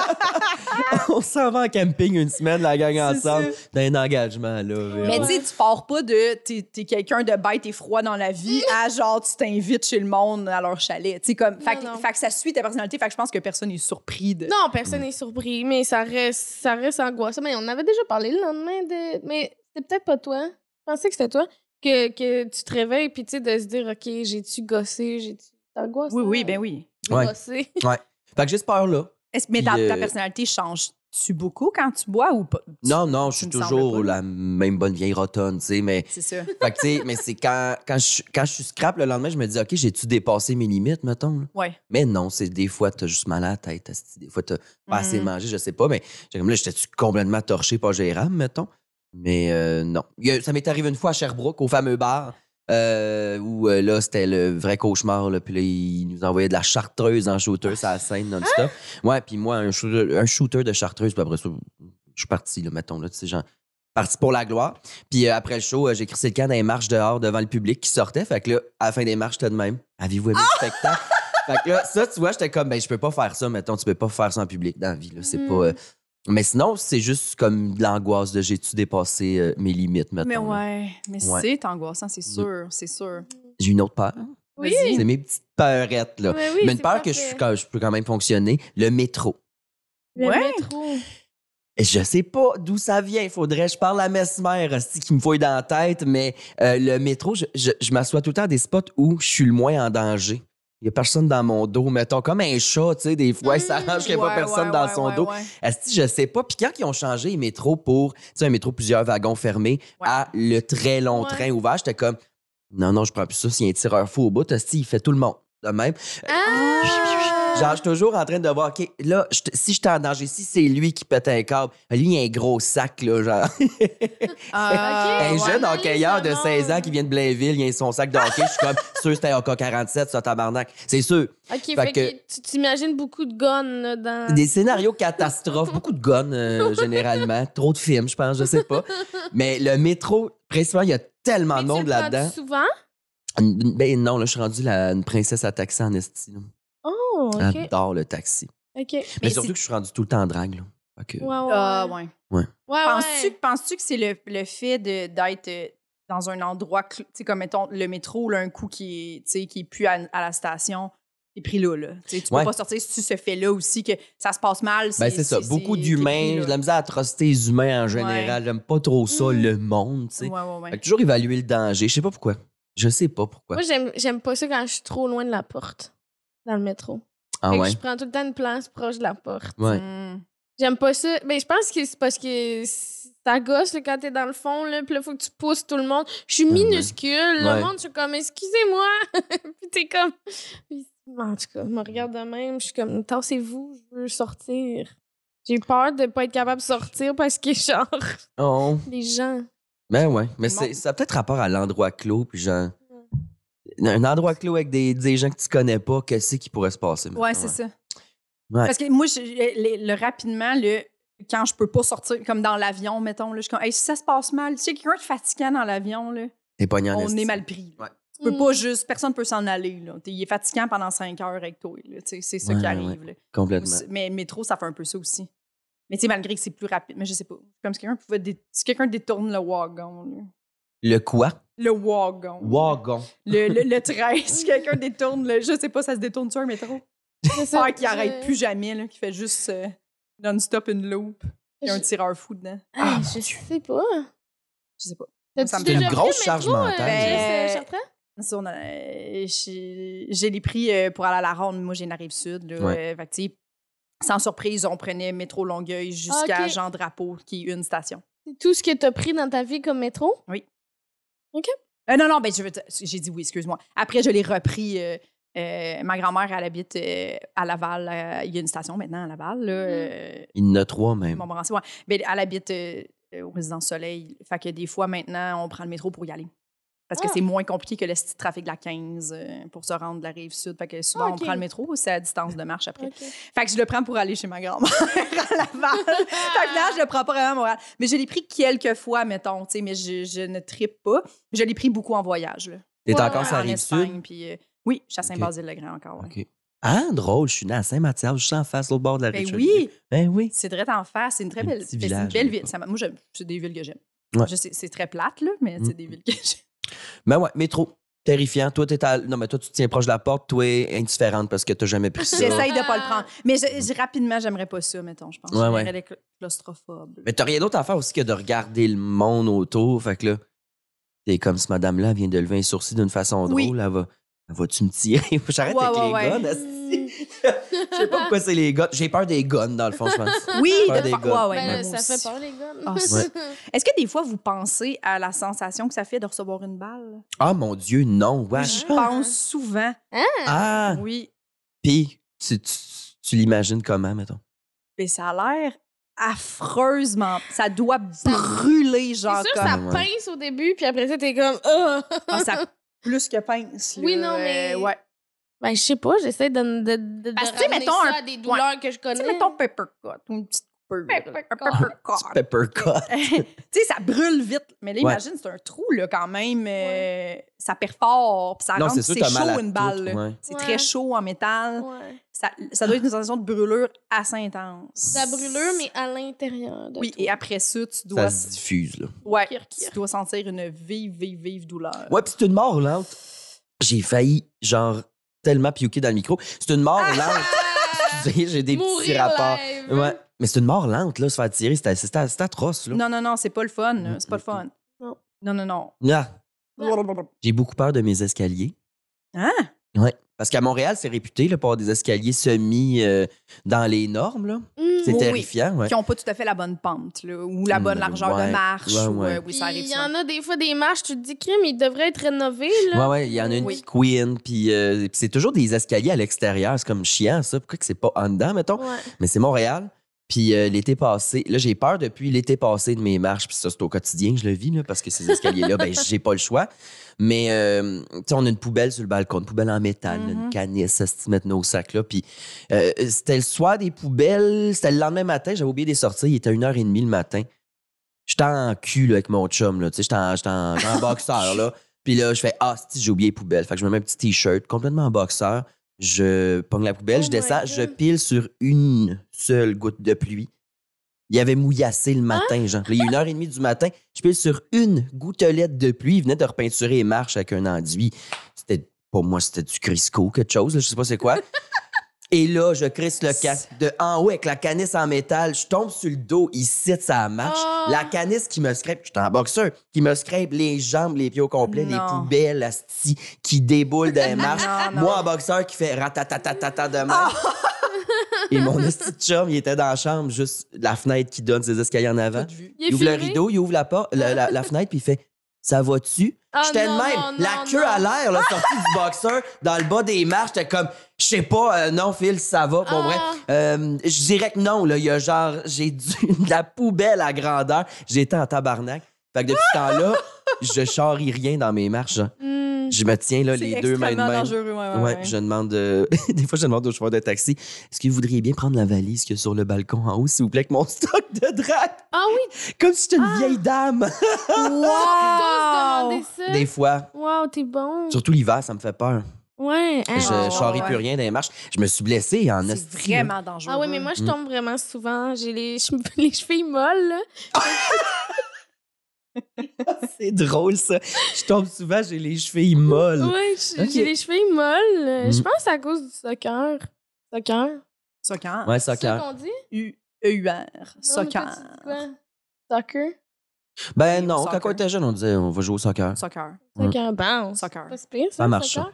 on s'en va en camping une semaine, la gang C'est ensemble, d'un engagement, là. Véro. Mais tu sais, tu pars pas de t'es t'es quelqu'un de bête et froid dans la vie à genre tu t'invites chez le monde à leur chalet. Tu sais, comme. Fait, Non, que- non. fait que ça suit ta personnalité, fait que je pense que personne n'est surpris de. Non, personne n'est surpris, mais ça reste, ça reste angoissant. Mais on en avait déjà parlé le lendemain de. Mais c'était peut-être pas toi. Je pensais que c'était toi. Que, que tu te réveilles, puis tu sais, de se dire, OK, j'ai-tu gossé, j'ai-tu. C'est angoissant. Oui, oui, ben oui. Ouais. Gossé. Fait que j'ai cette peur-là. Est-ce- Mais Puis, ta, ta euh, personnalité change-tu beaucoup quand tu bois ou pas? Non, non, je suis me semble toujours pas. la même bonne vieille rotonne, tu sais, mais C'est ça. Fait que, tu sais, mais c'est quand, quand, je, quand je suis scrap le lendemain, je me dis, OK, j'ai-tu dépassé mes limites, mettons? là? Ouais. Mais non, c'est des fois, t'as juste mal à la tête. asti, Des fois, t'as pas assez Mm. mangé, je sais pas. Mais j'ai comme là, j'étais-tu complètement torché, pas gérable, mettons? Mais euh, non. Il y a- ça m'est arrivé une fois à Sherbrooke, au fameux bar, euh, où euh, là, c'était le vrai cauchemar. Là, puis là, ils nous envoyaient de la chartreuse en shooter, ça la scène non-stop. Ouais, puis moi, un shooter, un shooter de chartreuse, puis après ça, je suis parti, là, mettons, là, tu sais, genre, parti pour la gloire. Puis euh, après le show, euh, j'ai crissé le camp dans les marches dehors devant le public qui sortait. Fait que là, à la fin des marches, j'étais de même. Avez-vous aimé le spectacle? Fait que là, ça, tu vois, j'étais comme, ben, je peux pas faire ça, mettons, tu peux pas faire ça en public dans la vie, là. C'est Mm. pas. euh, Mais sinon, c'est juste comme de l'angoisse de j'ai-tu dépassé euh, mes limites, mettons. Mais là. ouais, mais Ouais. c'est angoissant, c'est sûr, c'est sûr. J'ai une autre peur. Oui. Vas-y. C'est mes petites peurettes, là. Mais oui, Mais une c'est peur que je, parfait. suis quand- je peux quand même fonctionner, le métro. Le Ouais. métro. Et Je sais pas d'où ça vient. Faudrait, je parle à Mesmer, hostie, qui me fouille dans la tête, mais euh, le métro, je, je- je m'assois tout le temps à des spots où je suis le moins en danger. Il y a personne dans mon dos, mettons, comme un chat, tu sais, des fois, il Mm, s'arrange qu'il n'y ait Mmh, Ouais, pas personne ouais, dans ouais, son ouais, dos. ouais. Asti, je sais pas. Puis quand ils ont changé les métros pour, tu sais, un métro plusieurs wagons fermés Ouais. à le très long Ouais. train ouvert, j'étais comme, non, non, je prends plus ça. S'il y a un tireur fou au bout, Asti, il fait tout le monde. De même. Ah! Genre, je suis toujours en train de voir, OK, là, je te- si je suis en danger, si c'est lui qui pète un câble, lui, il a un gros sac, là, genre. Ah, un ouais. jeune Analyse hockeyeur le de monde. 16 ans qui vient de Blainville, il a son sac de hockey, je suis comme, sûr, c'était un AK-47, ça, tabarnak. C'est sûr. OK, fait, que- que tu t'imagines beaucoup de guns là, dans. Des scénarios catastrophes, beaucoup de guns euh, généralement, trop de films, je pense, je sais pas. Mais le métro, principalement, il y a tellement Mais de tu monde le prends-tu là-dedans. souvent? Ben non, là, je suis rendu la, une princesse à taxi en esti. là. Ah, Oh, OK. J'adore le taxi. OK. Mais, Mais surtout c'est- que je suis rendu tout le temps en drague. Là. Fait que- Ouais, ouais. Ah, ouais. ouais. Ouais, Ah Penses-tu ouais. penses-tu que c'est le, le fait de- d'être euh, dans un endroit, cl- tu sais, comme mettons le métro, là, un coup qui est, tu sais, qui est plus à, à la station, t'es pris là, là. Tu sais, tu peux Ouais. pas sortir si tu se fais là aussi, que ça se passe mal. Ben, c'est ça. Beaucoup c'est- d'humains, t'es j'ai de pris là. Mmh. la misère à truster les humains en général. J'aime pas trop ça, Mm. le monde, tu sais. Ouais, ouais, ouais. Fait que toujours évaluer le danger. Je sais pas pourquoi. Je sais pas pourquoi. Moi, j'aime- j'aime pas ça quand je suis trop loin de la porte dans le métro. ah Fait que ouais. je prends tout le temps une place proche de la porte. Ouais. Mm. J'aime pas ça. Mais je pense que c'est parce que ça gosse là, quand t'es dans le fond, là, puis là, faut que tu pousses tout le monde. Je suis minuscule. Ouais. Le monde, je suis comme, excusez-moi. puis t'es comme. Puis, En tout cas, je me regarde de même. Je suis comme, tassez-vous, je veux sortir. J'ai peur de pas être capable de sortir parce que, genre, Oh. les gens. Ben ouais. Mais Tout le c'est- monde. ça a peut-être rapport à l'endroit clos, puis genre. Mmh. Un endroit clos avec des, des gens que tu connais pas, qu'est-ce qui pourrait se passer? Ouais, mettons, c'est ça. Ouais. Parce que moi, je- le, le- le- rapidement, le, quand je peux pas sortir, comme dans l'avion, mettons, là, je suis comme, Hey, si ça se passe mal, tu sais, quelqu'un de fatigant dans l'avion, là, T'es pogné en on esti. est mal pris. là. Ouais. Tu Mm. peux Hmm, pas juste, personne peut s'en aller. Là. T'es- Il est fatigant pendant cinq heures avec toi. là. Tu sais, C'est ça Ouais, qui ouais, arrive. là. Ou Complètement. c'est- Mais le métro, ça fait un peu ça aussi. Mais tu sais, malgré que c'est plus rapide, mais je sais pas. Comme si quelqu'un pouvait. dé- Si quelqu'un détourne le wagon. là. Le quoi? Le wagon. Wagon. Le, le, le train. si quelqu'un détourne le. Je sais pas, ça se détourne sur un métro. J'espère qu'il arrête plus jamais, là, qu'il fait juste euh, non-stop une loop. Il y a un Je- tireur fou dedans. Ah, je sais pas. Je sais pas. T'as-tu Ça me C'est J'ai une déjà pris grosse le charge métro, euh, mentale. Ben, Jess, euh, Chartrand? Ça, on a- euh, J'ai j'ai les prix euh, pour aller à la ronde. Moi, j'ai la rive sud. là. Ouais. Euh, fait que, tu sais, sans surprise, on prenait métro Longueuil jusqu'à Ok. Jean Drapeau, qui est une station. C'est tout ce que t'as pris dans ta vie comme métro? Euh, non, non, ben, je veux te- j'ai dit oui, excuse-moi. Après, je l'ai repris. euh, euh, ma grand-mère, elle habite euh, à Laval. euh, Il y a une station maintenant à Laval. Là, euh, Il y en a trois même. Montmorency, ouais. Ben, elle habite euh, euh, au Résidence Soleil. Fait que des fois, maintenant, on prend le métro pour y aller. Parce que Ah. c'est moins compliqué que le petit trafic de la 15 euh, pour se rendre de la rive sud. Fait que souvent, Ah, ok. on prend le métro, c'est à distance de marche après. Ok. Fait que je le prends pour aller chez ma grand-mère à Laval. fait que non, je le prends pas vraiment à Montréal. Mais je l'ai pris quelques fois, mettons, tu sais, mais je, je ne tripe pas. Je l'ai pris beaucoup en voyage, là. T'es Ouais, encore ouais, sur la en rive sud? Espagne, puis euh, oui, je suis à Ok. Saint-Basile-le-Grand encore, ouais. OK. Ah, drôle, je suis née à Saint-Mathias, je suis en face, au bord de la Ben Richelieu. oui, Ben oui. c'est très en face. C'est une très Un belle, petit ben, c'est une village, belle des ville. fois. Ça m'a- moi, j'aime- c'est des villes que j'aime. Ouais. Je sais, c'est très plate, là, mais Mm. c'est des villes que j'aime. Ben ouais, métro. Terrifiant. Toi, t'es à... Non, mais toi, tu te tiens proche de la porte. Toi, indifférente parce que t'as jamais pris ça. J'essaye de pas le prendre. Mais je- je- rapidement, j'aimerais pas ça, mettons, je pense. Mmh. Ouais, ouais. J'aimerais les cla- claustrophobes. Mais t'as rien d'autre à faire aussi que de regarder le monde autour. Fait que là, t'es comme si madame-là vient de lever un sourcil d'une façon Oui. drôle. Elle va. elle Va-tu me tirer? Faut que J'arrête Ouais, avec ouais, les Ah ouais. Hmm. guns. asti. Je sais pas pourquoi c'est les guns. J'ai peur des guns, dans le fond, je pense. Oui, Peur de des fa- gars. ouais, ouais, Ben, moi ça fait aussi. peur, les gars. Ah, c'est- Est-ce que des fois, vous pensez à la sensation que ça fait de recevoir une balle? Ah, mon Dieu, non. wesh. Je pense souvent. Ah! Oui. Puis, tu, tu, tu l'imagines comment, mettons? Mais ça a l'air affreusement. Ça doit brûler, genre, C'est sûr, comme. ça comme- pince au début, puis après ça, t'es comme... Ah! Ah, Ça... plus que pince. là. Oui, non, mais- Euh, ouais. Ben, je sais pas, j'essaie de, de, de, Parce de que, tu sais, ramener mettons, ça un- à des douleurs que je connais. Tu sais, mettons peppercut, ou une petite coupure. Peppercut. Un peppercut. Petit peppercut. tu sais, ça brûle vite. Mais là, Ouais. imagine, c'est un trou, là, quand même. euh, Ça perfore, puis ça Non, rentre, c'est puis sûr, c'est t'as mal à chaud, une tout, balle. là. ouais. C'est Ouais. très chaud en métal. Ouais. Ça, ça doit être une sensation de brûlure assez intense. La brûlure, mais à l'intérieur de Oui, toi. et après ça, tu dois, Ça se diffuse, là. ouais, Kir, kir. tu dois sentir une vive, vive, vive douleur. Ouais, puis c'est une mort roulante. J'ai failli, genre, tellement piouquer dans le micro. C'est une mort Ah! roulante. Excusez, J'ai des petits Ah, Mourir rapports. live. Ouais. Mais c'est une mort lente, là, se faire tirer. C'est c'est- c'est atroce, là. Mm, Non, non, non, c'est pas le fun. là. C'est pas le fun. mm. Non. Non, non, non. Ah, J'ai beaucoup peur de mes escaliers. Hein? Parce qu'à Montréal, c'est réputé là, pour avoir des escaliers semi euh, dans les normes. là. Mm. C'est Oui. terrifiant. Ouais. Qui ont pas tout à fait la bonne pente, là, ou la Mm, bonne largeur ouais. de marche. Ouais, ou, ouais. euh, oui, ça Puis arrive Il y souvent. en a des fois des marches, tu te dis, crime, il devrait être rénové, là. Ouais, ouais, il y en a une Oui. qui queen, puis euh, puis c'est toujours des escaliers à l'extérieur. C'est comme chiant, ça. Pourquoi que c'est pas en dedans, mettons? Ouais. Mais c'est Montréal. Puis euh, l'été passé, là, j'ai peur depuis l'été passé de mes marches. Puis ça, c'est au quotidien que je le vis, là, parce que ces escaliers-là, ben, j'ai pas le choix. Mais, euh, tu sais, on a une poubelle sur le balcon, une poubelle en métal, là, Mhm. une canisse, ça se mettre nos sacs, là. Puis euh, c'était le soir des poubelles, c'était le lendemain matin, j'avais oublié des sorties, il était 1h30 le matin. J'étais en cul, là, avec mon chum, là. Tu sais, j'étais en, j'étais en, j'étais en boxeur, là. Puis là, je fais, ah, si j'ai oublié les poubelles. Fait que je me mets un petit T-shirt, complètement en boxeur. Je pogne la poubelle, Oh je my descends, God. je pile sur une seule goutte de pluie. Il avait mouillassé Ah! le matin, genre. Puis là, il est une heure et demie du matin, je pile sur une gouttelette de pluie. Il venait de repeinturer les marches avec un enduit. C'était, pour moi, c'était du Crisco, quelque chose, là, je sais pas c'est quoi. Et là, je crisse le cas de en haut avec la canisse en métal. Je tombe sur le dos, il cite sa marche. Ah. La canisse qui me scrape, je suis en boxeur, qui me scrape les jambes, les pieds au complet, les Non. poubelles, asti, qui déboule des marches. Ah, Non, Ah! non. Ben, Moi, en boxeur qui fait ratatatata de marche. Et mon esti de chum, il était dans la chambre, juste la fenêtre qui donne ses escaliers en avant. Pas de vue. est Il ouvre le filmé? rideau, il ouvre la, porte, la, la- la fenêtre, puis il fait Ça va-tu Ah, J'étais de non, même, non, la non, queue non. à l'air, la sortie du boxeur, dans le bas des marches. J'étais comme Je sais pas, euh, non, Phil, ça va. Bon, Ah. bref, euh, je dirais que non, là. Il y a genre, j'ai dû de la poubelle à grandeur. J'étais en tabarnak. Fait que depuis ce temps-là, je charrie rien dans mes marches. genre. Mm. Je me tiens, là, C'est les deux mains de extrêmement même. dangereux, ouais, ouais, hein, Ouais, ouais. puis je demande. euh, des fois, je demande au chauffeur de taxi est-ce que vous voudriez bien prendre la valise qu'il y a sur le balcon en haut, s'il vous plaît, avec mon stock de draps Ah oui, Comme si j'étais une Ah. vieille dame. Euh. Wow! tous demander ça. Des fois, Wow, t'es bon. surtout l'hiver, ça me fait peur. Ouais. hein. Je Ah, charrie ouais. plus rien dans les marches. Je me suis blessée en C'est esti, là. vraiment dangereux. Ah oui, mais moi, Mm. je tombe vraiment souvent. J'ai les, che- les chevilles molles, là. C'est drôle, ça. Je tombe souvent, j'ai les chevilles molles. Ouais, je- j'ai Ok. les chevilles molles. Euh, Mm. Je pense que c'est à cause du soccer. Soccer. Soccer. Ouais, C'est ça soccer. qu'on dit? U- EUR. Non, mais toi, Soccer. tu dis quoi? Soccer. Ben Oui, non, au quand soccer. on était jeune, on disait on va jouer au soccer. Soccer. Ouais. Soccer. Bon, c'est Soccer. pas si pire, ça. Ça le marche, soccer.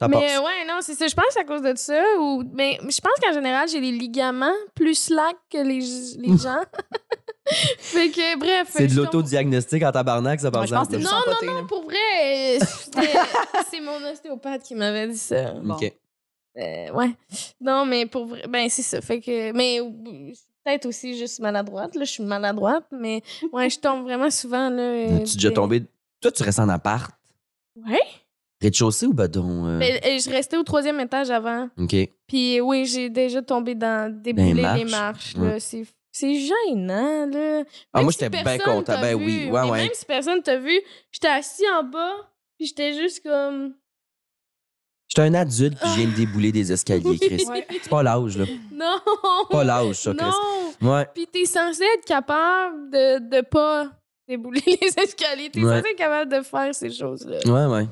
Ça mais passe. ouais, non, c'est ça. Je pense que c'est à cause de ça. Ou, mais je pense qu'en général, j'ai les ligaments plus slack que les, les gens. fait que, bref. C'est de je tombe- l'autodiagnostic en tabarnak, ça, par Ouais, je pense exemple. que c'est Non, sans poter, là. Pour vrai, euh, c'était- c'est mon ostéopathe qui m'avait dit ça. bon. OK. Euh, ouais. Non, mais pour vrai, ben c'est ça. Fait que, mais euh, je suis peut-être aussi juste maladroite. Là, je suis maladroite, mais ouais, je tombe vraiment souvent là. euh, Tu es déjà des- tombé. Toi, tu restes en appart. Ouais. Rez-de-chaussée ou badon? euh? Ben, euh, je restais au troisième étage avant. OK. Puis oui, j'ai déjà tombé dans débouler les marches. marches. là. C'est c'est gênant, là. Ah, Même moi, si j'étais bien personne content. t'a Ben vu, oui, ouais, mais ouais. Même si personne t'a vu, j'étais assis en bas, puis j'étais juste comme. J'étais un adulte puis je viens de débouler des escaliers, Chris. Ouais. C'est pas l'âge, là. Non! Pas l'âge, ça, Chris. non! Ouais. Puis t'es censé être capable de, de pas débouler les escaliers. T'es Ouais. censé être capable de faire ces choses-là. Ouais, ouais.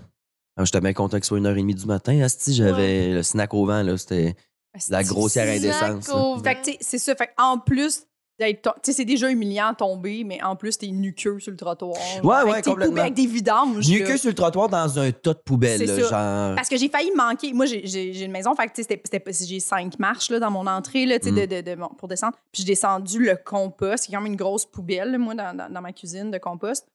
Ah, J'étais bien content que ce soit une heure et demie du matin. Asti, j'avais le snack au vent, là. C'était de la grossière Snack indécence. là. au vent. Fait que, tu sais, c'est ça. Fait que, en plus d'être. to- Tu sais, c'est déjà humiliant de tomber, mais en plus, t'es nuqueux sur le trottoir. Ouais, Fait que ouais, t'es complètement. coupé avec des vidanges. J'ai eu là. que sur le trottoir dans un tas de poubelles, C'est là, genre. Parce que j'ai failli manquer. Moi, j'ai- j'ai j'ai une maison, fait que, tu sais, c'était- c'était pas- j'ai cinq marches là, dans mon entrée là, tu sais, Mm. de, de- de- bon, pour descendre. Puis j'ai descendu le compost, qui est quand même une grosse poubelle, là, moi, dans, dans- dans ma cuisine de compost.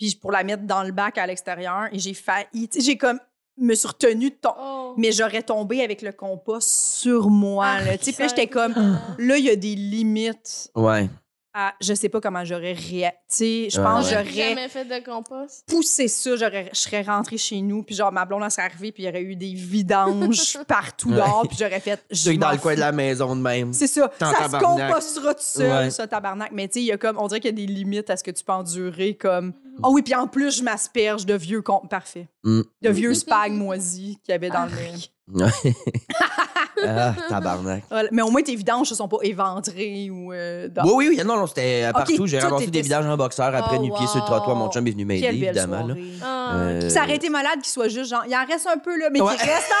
Puis pour la mettre dans le bac à l'extérieur, et j'ai failli. tu sais, J'ai comme me suis retenue de tomber. Oh. Mais j'aurais tombé avec le compost sur moi. là, tu sais. Puis là, j'étais Ah. comme, là, il y a des limites Ouais. à. Je sais pas comment j'aurais réagi. Je Ouais, pense ouais. que j'aurais jamais fait de compost. poussé ça, j'aurais- je serais rentrée chez nous, puis genre ma blonde elle serait arrivée, puis il y aurait eu des vidanges partout dehors, puis j'aurais fait. Je Je suis dans m'en le coin de la maison de même. fous. C'est ça, T'es en ça se tabarnak. compostera tout seul, Ouais. ça, tabarnak. Mais tu sais, il y a comme, on dirait qu'il y a des limites à ce que tu peux endurer, comme. Ah oui, puis en plus, je m'asperge de vieux con... Parfait. Mm. De vieux spag moisis qu'il y avait dans le le. Ah, tabarnak. Mais au moins, tes vidanges ne sont pas éventrées ou. euh, dans- Oui, oui, oui. Non, non, c'était euh, Ok, partout. J'ai tout ramassé était- des villages en boxeur après Oh, nu-pied sur le trottoir. Mon wow. chum est venu m'aider, Quelle belle évidemment. là. soirée. Ah, Euh, Ça aurait été malade qu'il soit juste genre, il en reste un peu là, mais Ouais. qu'il reste.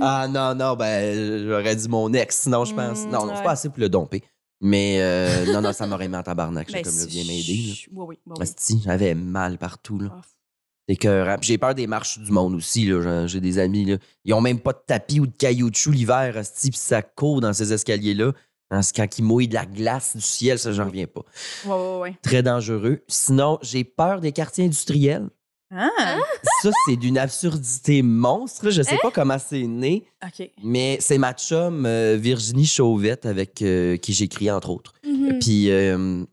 Ah non, non, ben j'aurais dit mon ex, sinon je pense. Mm, non, non, c'est ouais. pas assez pour le domper. Mais euh, non, non, ça m'aurait mis en tabarnak. J'étais Ben, comme le c'est- viens m'aider. là. Oui, oui, oui, oui. Asti, j'avais mal partout. Là. Ah. C'est écœurant. Puis j'ai peur des marches du monde aussi. là. J'en- J'ai des amis. Là. Ils ont même pas de tapis ou de cailloutchouc l'hiver. Asti, puis ça court dans ces escaliers-là. En ce quand ils mouillent de la glace du ciel, ça, j'en reviens pas. Ouais, ouais, ouais. Très dangereux. Sinon, j'ai peur des quartiers industriels. Ah, Ça, c'est d'une absurdité monstre. Je sais pas comment c'est né. OK. Mais c'est ma chum euh, Virginie Chauvette avec euh, qui j'écris entre autres. Mm. mhm. Puis euh,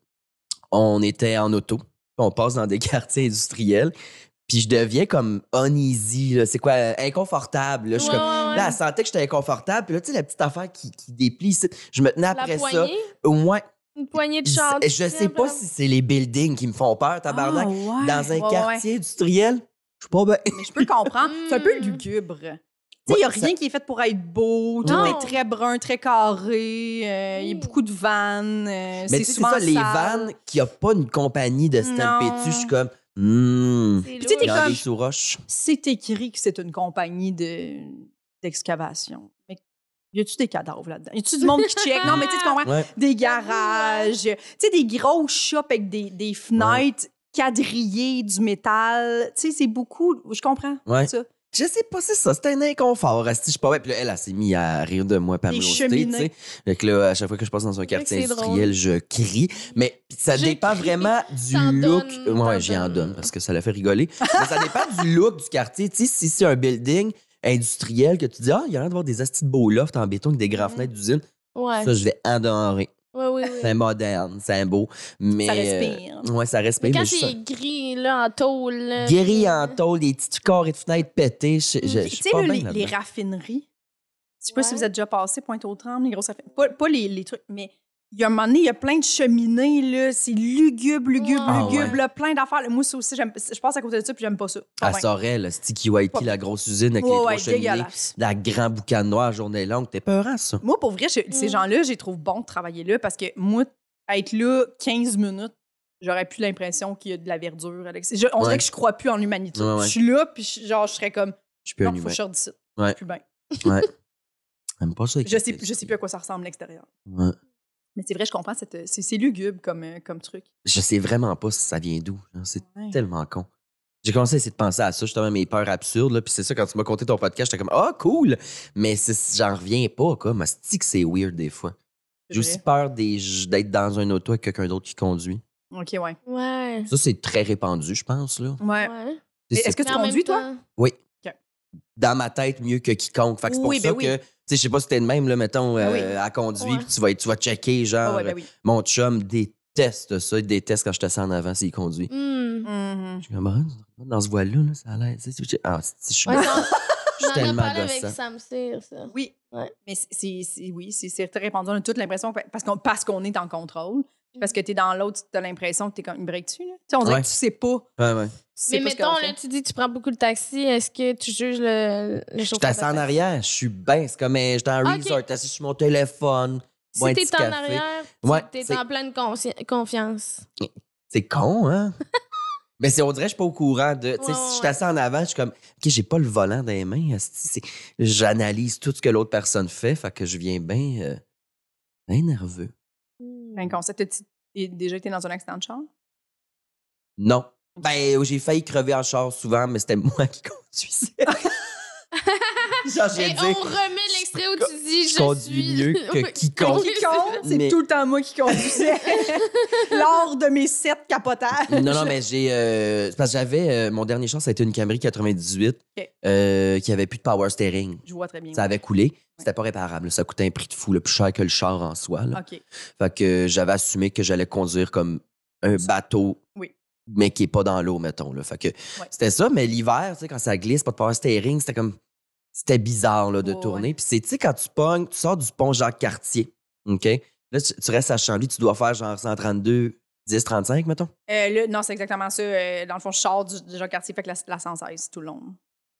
on était en auto. On passe dans des quartiers industriels. Puis je deviens comme uneasy. là. C'est quoi? euh, Inconfortable. là. Je suis Ouais, comme. ouais, Là, ouais. elle sentait que j'étais inconfortable. Puis là, tu sais, la petite affaire qui, qui déplie. ici, Je me tenais après la ça. poignée, Au moins, une poignée de char. je sais pas si c'est les buildings qui me font peur, tabarnak. Ah, ouais. Dans un Ouais, ouais, quartier industriel, je suis pas bien. ouais. Mais je peux comprendre. C'est un peu lugubre. Tu sais, il n'y a Ouais, rien qui est fait pour être beau. Tout Non. est très brun, très carré. euh, Il y a Mm. beaucoup de vannes. euh, Mais c'est tu sais, c'est souvent ça, les sale. vannes qui a pas une compagnie de Non. stampé dessus, je suis comme. hmm. C'est Tu sais, t'es Il y lourd. en a comme- des sous roches. C'est écrit que c'est une compagnie de- d'excavation. Mais y a-tu des cadavres là-dedans? Y a-tu du monde qui check? Non, mais tu sais, tu comprends? Ouais. Des garages, tu sais, des gros shops avec des, des fenêtres quadrillées, du métal. Tu sais, c'est beaucoup. Je comprends Ouais. ça. Je sais pas, c'est ça. C'était un inconfort. Asti, je sais pas. ouais. Puis là, elle, elle s'est mise à rire de moi, pas à me Des roaster, tu cheminées. sais. Fait que là, à chaque fois que je passe dans un quartier c'est drôle. industriel, je crie. Mais ça Je dépend crie. vraiment du T'en look. donnes, ouais, t'en j'y en donnes. donne parce que ça l'a fait rigoler. Mais ça dépend du look du quartier. Tu sais, si c'est un building industriel que tu dis, ah, il y a l'air d'avoir des astis de beaux lofts en béton avec des grandes Mhm. fenêtres d'usine, Ouais. ça, je vais adorer. Ouais, ouais, ouais. C'est moderne, c'est beau. Mais. Ça respire. euh, ouais, ça respire. Mais quand mais je- c'est euh, gris, là, en tôle. là, Guéri puis- en tôle, des petits corps et de fenêtres pétées. Je, je- Mm. je tu suis sais, pas là, bien les, les là-dedans. raffineries, je sais pas si Ouais. vous êtes déjà passé, pointe aux trembles, les grosses raffineries. Pas, pas les, les trucs, mais il y a un moment donné, il y a plein de cheminées, là. C'est lugubre, lugubre, Ah, lugubre, ouais. là, plein d'affaires. Moi, ça aussi, j'aime- je passe à côté de ça, puis j'aime pas ça. Pas À bien. Sorel, le Sticky Whitey, la grosse usine Ah, avec Ah Ouais, les trois ouais, cheminées. dégueulasse. La grand boucan noir, journée longue. T'es peurant, ça. Moi, pour vrai, je- ces Mm. gens-là, je les trouve bons de travailler là parce que moi, être là 15 minutes, j'aurais plus l'impression qu'il y a de la verdure. Alex. Je- on Ouais. dirait que je crois plus en l'humanité. Ouais, ouais. Je suis là, puis je- genre, je serais comme, Je suis plus non, un faut que humain. je sorte d'ici. Ouais. Plus bien. J'aime pas ça. les Je sais, quartiers je sais plus à quoi ça ressemble l'extérieur. industriels. Ouais. Mais c'est vrai, je comprends, cette- c'est c'est lugubre comme, euh, comme truc. Je sais vraiment pas si ça vient d'où. genre, C'est Ouais. tellement con. J'ai commencé à essayer de penser à ça, justement, mes peurs absurdes. là, Puis c'est ça, quand tu m'as conté ton podcast, j'étais comme, ah, cool! Mais c'est- j'en reviens pas, comme. Asti que c'est weird des fois. C'est J'ai aussi peur des- d'être dans un auto avec quelqu'un d'autre qui conduit. vrai. OK, ouais. Ouais. Ça, c'est très répandu, je pense, là. Ouais. Ouais. Mais C'est- est-ce que Mais tu en même conduis, toi? temps- dans ma tête mieux que quiconque. Fait que c'est pour Oui, ça ben oui. que, tu sais, je sais pas si t'es de même, là, mettons, euh, Ah oui. à conduire, Ben Ouais. puis tu vas, être- tu vas checker, genre, Ah ouais, ben oui. mon chum déteste ça, il déteste quand je te sens en avant s'il conduit. Hmm. Mhm. Je suis comme, Ah, dans ce voile-là, là, ça a l'air, tu sais, tu- ah, si, je suis Ouais, je non, suis on en a tellement parlé avec gossant. Sam Cyr, ça. Oui. Ouais. Mais c'est- c'est c'est- oui, c'est c'est très répandu. On a toute l'impression que- parce qu'on parce qu'on est en contrôle. Parce que Mm. t'es dans l'autre, t'as l'impression que t'es comme une break dessus. Là. Tu sais, on dirait Ouais. que tu sais pas. Ouais, ouais. tu sais Mais pas ce mettons, qu'elle là, fait. tu dis que tu prends beaucoup de taxi. Est-ce que tu juges le, le Je chauffeur? suis assis en de taxi? arrière, je suis bien. C'est comme, euh, j'étais en Ok. resort, assis sur mon téléphone. bois un Si petit t'es en café. arrière, Ouais, t'es c'est- en pleine consci- confiance. C'est con, hein? Mais c'est, on dirait que je suis pas au courant de. Tu sais, Ouais, si je suis ouais. assis en avant, je suis comme, OK, j'ai pas le volant dans les mains. asti, c'est- J'analyse tout ce que l'autre personne fait, fait que je viens bien euh, bien nerveux. Un Ben, concept. T'as-tu t'es déjà été dans un accident de char? Non. Ben, j'ai failli crever en char souvent, mais c'était moi qui conduisais. Genre, j'ai Et dit, on remet l'extrait où tu dis je je, conduis suis... mieux que Oui. quiconque. Oui, c'est Quiconque, ça. c'est Mais- tout le temps moi qui conduisais lors de mes sept capotages. Non, non, mais j'ai. euh, c'est parce que j'avais. euh, mon dernier char, ça a été une Camry 98 Ok. euh, qui avait plus de power steering. Je vois très bien. Ça avait coulé. C'était pas réparable. là. Ça coûtait un prix de fou, le plus cher que le char en soi. là. OK. Fait que euh, j'avais assumé que j'allais conduire comme un bateau, Oui. mais qui est pas dans l'eau, mettons. Là. Fait que c'était ça, mais l'hiver, tu sais, quand ça glisse, pas de power steering, c'était comme. C'était bizarre là, de Ouais, tourner. Puis c'est, tu sais, quand tu pognes, tu sors du pont Jacques-Cartier, OK? Là, tu, tu restes à Chambly, tu dois faire genre 132, 10, 35, mettons. Euh, là, non, c'est exactement ça. Euh, dans le fond, je sors du, du quartier, fait que la, la 116 tout le long.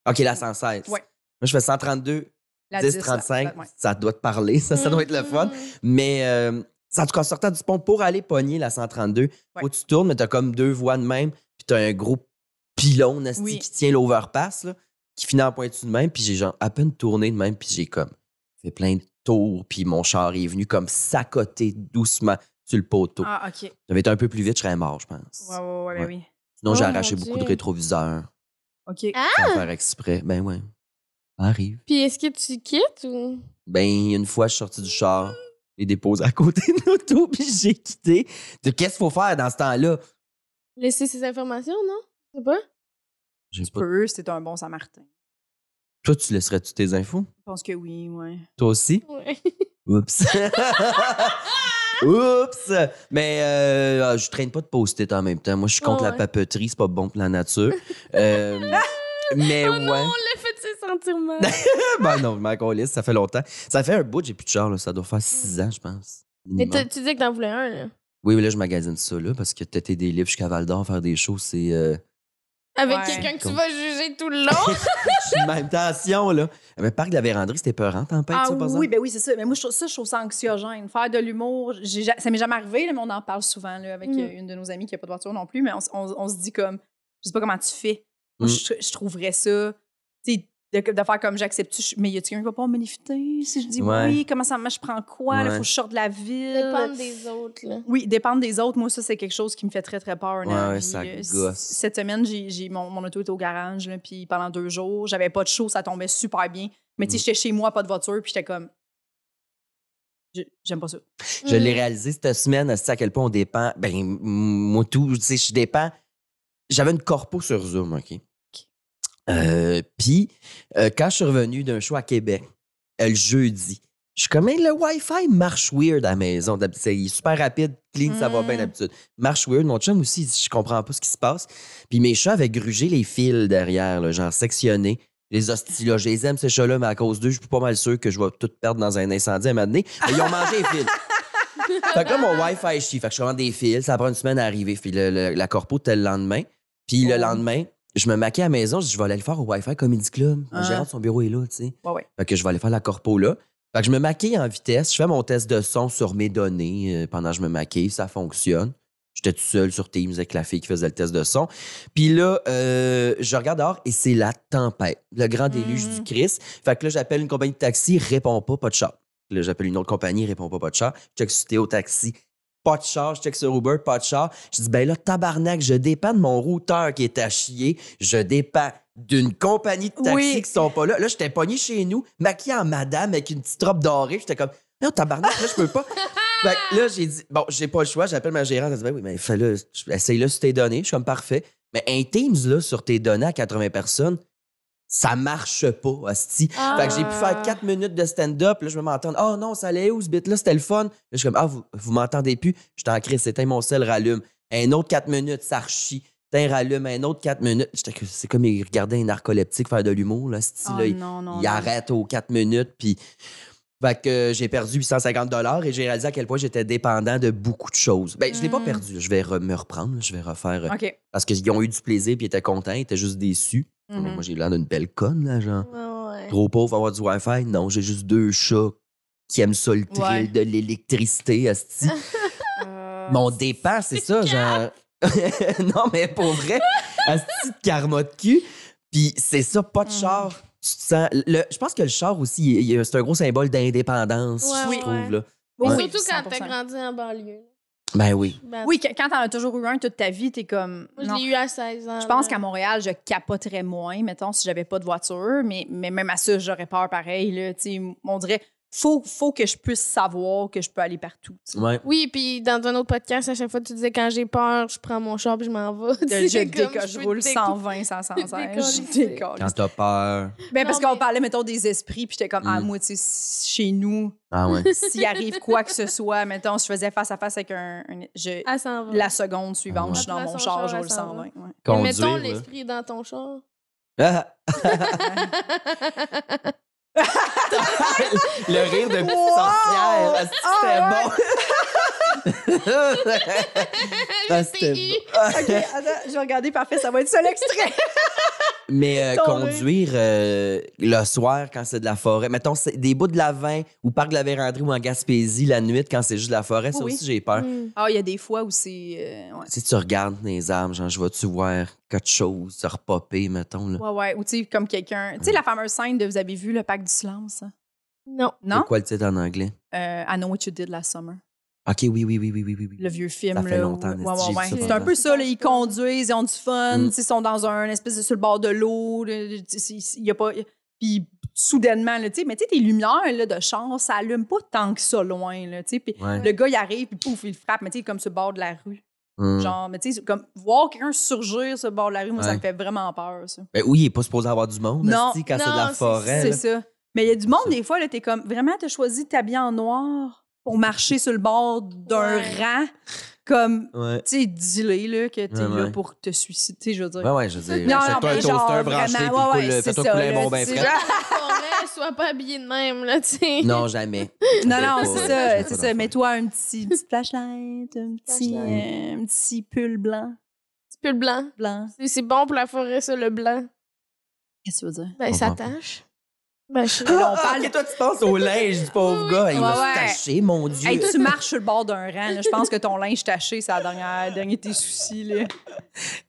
OK, la 116. Ouais. Moi, je fais 132, La 10, 10, la- 35. la- ouais. Ça doit te parler, ça, ça doit être le Hmm. fun. Mais euh, en tout cas, en sortant du pont pour aller pogner la 132, Ouais. où tu tournes, mais t'as comme deux voies de même, puis t'as un gros pylône asti, Oui. qui tient l'overpass, là, qui finit en pointu de même, puis j'ai genre à peine tourné de même, puis j'ai comme fait plein de tours, puis mon char est venu comme s'accoter doucement sur le poteau. Ah, OK. Ouais, J'avais été un peu plus vite, je serais mort, je pense. ouais, ouais, ben Ouais. oui. Sinon, j'ai Oh, arraché mon beaucoup Dieu. de rétroviseurs OK. Ah. sans faire exprès. Ben ouais, ça arrive. Puis est-ce que tu quittes ou... Ben, une fois, je suis sorti du char, les déposé à côté de l'auto, puis j'ai quitté. De Qu'est-ce qu'il faut faire dans ce temps-là? Laisser ces informations, non? Je sais pas. J'ai pas- Peu, c'est un bon Samaritain. Toi, tu laisserais-tu tes infos? Je pense que oui, ouais. Toi aussi? Ouais. Oups! Oups! Mais euh, ah, je traîne pas de post-it en même temps. Moi, je suis contre Ah Ouais, la ouais. papeterie, c'est pas bon pour la nature. Euh, mais Oh Eh ouais. non, on l'a fait se sentir mal. Ben non, je m'en calisse, ça fait longtemps. Ça fait un bout, j'ai plus de char, là. ça doit faire six ans, je pense. Mais minimum. t'as- tu disais que t'en voulais un, là. Oui, oui, là, je magasine ça, là, parce que têter des livres jusqu'à Val d'Or, faire des shows, c'est. euh, Avec Ouais. quelqu'un que tu vas juger tout le long. Je suis de même tension, là. Euh, Mais Parc de la Vérandrie, c'était peurant, tempête, Ah ça, par oui, exemple? ben oui, c'est ça. Mais moi, je trouve ça, je trouve ça anxiogène. Faire de l'humour, j'ai ja- ça m'est jamais arrivé, là, mais on en parle souvent là, avec Mm. euh, une de nos amies qui n'a pas de voiture non plus, mais on, s- on- on se dit comme, je sais pas comment tu fais. Moi, Mm. je, je trouverais ça, tu sais, de, de faire comme j'accepte, je- mais y a-tu quelqu'un qui va pas m'énifter? Si je dis Ouais. oui, comment ça marche, je prends quoi? Il Ouais. faut que je sorte de la ville. Dépendre des autres, là. Oui, dépendre des autres, moi, ça, c'est quelque chose qui me fait très, très peur. dans Ouais, la ouais, vie, ça là. euh, gosse. C- Cette semaine, j'ai, j'ai- mon, mon auto était au garage, là, puis pendant deux jours, j'avais pas de chaud, ça tombait super bien. Mais Mm. tu sais, j'étais chez moi, pas de voiture, puis j'étais comme. Je- J'aime pas ça. Je l'ai Hmm. réalisé cette semaine, c'est à quel point on dépend. Ben, m- moi, tout, tu sais, je dépends. J'avais une corpo sur Zoom, OK? Euh, Puis, euh, quand je suis revenu d'un show à Québec, euh, le jeudi, je suis comme, Hey, le Wi-Fi marche weird à la maison. d'habitude. C'est- Il est super rapide, clean, ça va Mm. bien d'habitude. Marche weird. Mon chum aussi, il dit, je comprends pas ce qui se passe. Puis mes chats avaient grugé les fils derrière, là, genre sectionnés. Les hosties, là, je les aime, ces chats-là, mais à cause d'eux, je suis pas mal sûr que je vais tout perdre dans un incendie à un moment donné. Mais ils ont mangé les fils. Fait que là, mon Wi-Fi chie. Fait que je commande des fils. Ça prend une semaine à arriver. Puis le- le- la corpo, était le lendemain. Puis le Oh. lendemain, je me maquais à la maison. Je dis, je vais aller le faire au Wi-Fi Comedy Club. Le Ah. gérant de son bureau est là, tu sais. Ouais, ouais. Fait que je vais aller faire la corpo là. Fait que je me maquille en vitesse. Je fais mon test de son sur mes données euh, pendant que je me maquille. Ça fonctionne. J'étais tout seul sur Teams avec la fille qui faisait le test de son. Puis là, euh, je regarde dehors et c'est la tempête. Le grand déluge Mm. du Christ. Fait que là, j'appelle une compagnie de taxi, répond pas, pas de char. Là, j'appelle une autre compagnie, répond pas, pas de char. Je check sur Théo Taxi, pas de char. Je check sur Uber, pas de char. Je dis, ben là, tabarnak, je dépends de mon routeur qui est à chier. Je dépends d'une compagnie de taxi Oui. qui sont pas là. Là, j'étais pogné chez nous, maquillée en madame avec une petite robe dorée. J'étais comme, non, tabarnak, là, je peux pas. Fait que là, j'ai dit, bon, j'ai pas le choix. J'appelle ma gérante. Elle dit, ben oui, mais fais-le, essaye-le sur tes données. Je suis comme, parfait. Mais un Teams, là, sur tes données à 80 personnes, ça marche pas, hostie. Ah. Fait que j'ai pu faire quatre minutes de stand-up. Là, je me m'entends. Oh non, ça allait où ce bit-là? C'était le fun. Là, je suis comme, ah, vous, vous m'entendez plus? J'étais en crise. C'était mon sel, rallume. Un autre quatre minutes, ça rechie. T'es rallume. Un autre quatre minutes. J'étais que- C'est comme il Oh, regardait un narcoleptique faire de l'humour, là, hostie, Ah, là. Il- non, non. il non. arrête aux quatre minutes, puis Fait que euh, j'ai perdu 850 et j'ai réalisé à quel point j'étais dépendant de beaucoup de choses. Ben, je l'ai pas Mmh. Mm. perdu. Je vais re- me reprendre. là. Je vais refaire. euh, OK. Parce qu'ils ont eu du plaisir puis ils étaient contents. Ils étaient juste déçus. Mhm. Moi, j'ai l'air d'une belle conne, là, genre. Ouais, ouais. Trop pauvre avoir du Wi-Fi? Non, j'ai juste deux chats qui aiment ça le thrill Ouais. de l'électricité, asti. Euh, Mon départ, c'est ça, genre. non, mais pour vrai, asti de karma de cul. Puis c'est ça, pas de Mmh. Mhm. char. Tu te sens. le- je pense que le char aussi, il- il- c'est un gros symbole d'indépendance, Ouais, je ouais. trouve, là. Oui, Surtout quand t'as 100%. grandi en banlieue. Ben oui. Ben, Oui, que- quand t'en as toujours eu un toute ta vie, t'es comme. Moi, je non. l'ai eu à 16 ans. Je pense là. qu'à Montréal, je capoterais moins, mettons, si j'avais pas de voiture, mais, mais même à ça, j'aurais peur pareil. Là, tu sais. on dirait, faut, faut que je puisse savoir que je peux aller partout. tu sais. Ouais. Oui, puis dans un autre podcast, à chaque fois, tu disais quand j'ai peur, je prends mon char puis je m'en vais. Tu De, sais, je comme, décolle, je peux roule déco- 120, 105, je Décoller. décolle. Quand t'as peur. Ben, parce Non, qu'on mais- parlait, mettons, des esprits, puis j'étais comme, ah, Mm. moi, tu sais, chez nous, Ah ouais. s'il arrive quoi que ce soit, mettons, je faisais face à face avec un. un- je- À 120. la seconde suivante, Ouais. je suis dans Après mon son char, char, je roule elle s'en 120. ouais. Mais Conduire. mettons là. l'esprit dans ton char. Ah! Le rire de petite Wow! sorcière, asti, Ah c'était bon. Ah, c'était J'étais bon. OK, attends, je vais regarder, parfait, ça va être ça l'extrait. Mais euh, Ton rire. conduire euh, le soir quand c'est de la forêt, mettons c'est des bouts de la vin ou parc de la Vérandrie ou en Gaspésie la nuit quand c'est juste de la forêt, ça Oui. aussi j'ai peur. Hmm. Ah, il y a des fois où c'est. euh, ouais. Si tu regardes dans les arbres, genre je vais-tu voir quelque chose se repopper, mettons là. Ouais, ouais. Ou tu sais, comme quelqu'un. Tu sais, la fameuse scène de vous avez vu le pacte du silence? hein? Non. Non? C'est quoi le titre en anglais? Euh, I know what you did last summer. OK, oui, oui, oui, oui, oui, oui. oui. Le vieux film. Ça fait là, longtemps, où- Nasty, ouais, ouais, j'ai vu ouais. ça C'est un pendant. peu ça, là, ils conduisent, ils ont du fun, Mm. tu sais, ils sont dans un espèce de. sur le bord de l'eau. là, tu sais, Il y a pas. Puis soudainement, là, tu sais, mais tu sais, tes lumières là, de char, ça allume pas tant que ça loin, là, tu sais. Puis Ouais. le gars, il arrive, puis pouf, il frappe, mais tu sais, comme sur le bord de la rue. Hum. Genre, mais tu sais, comme voir quelqu'un surgir sur le bord de la rue, moi, ça Ouais. me fait vraiment peur, ça. Ben oui, il est pas supposé avoir du monde Non, asti, quand c'est de non, la c'est- forêt. C'est là. ça. Mais il y a du monde, des fois, là, t'es comme, vraiment, t'as choisi de t'habiller en noir pour marcher sur le bord d'un Ouais. rang, comme, Ouais. tu sais, dis-les, là, que t'es Ouais, là ouais. pour te suicider, tu sais, je veux dire. Ouais, ouais, je veux dire, Non, non, achète-toi un mais genre, toaster vraiment, branché, puis ouais, coule- ouais, fais-toi c'est couler un ça, bon là, bain c'est frais. genre- Forêt, sois pas habillée de même, là, tu sais. Non, jamais. Non, non, Pas- c'est je ça, veux c'est pas ça. d'enfant. Mets-toi un petit, petit flashlight, un petit, Flashlight. euh, un petit pull blanc, Petit pull blanc. blanc. C'est- C'est bon pour la forêt, ça, le blanc. Qu'est-ce que tu veux dire? Ben, Je ça comprends. tâche. Ben, je Là, on Ah, parle- ok, toi, tu penses au linge du pauvre gars. Il Ouais, va ouais. se tacher, mon Dieu. Hey, tu marches sur le bord d'un rang. là. Je pense que ton linge taché, c'est la dernière, le dernier de tes soucis. Là.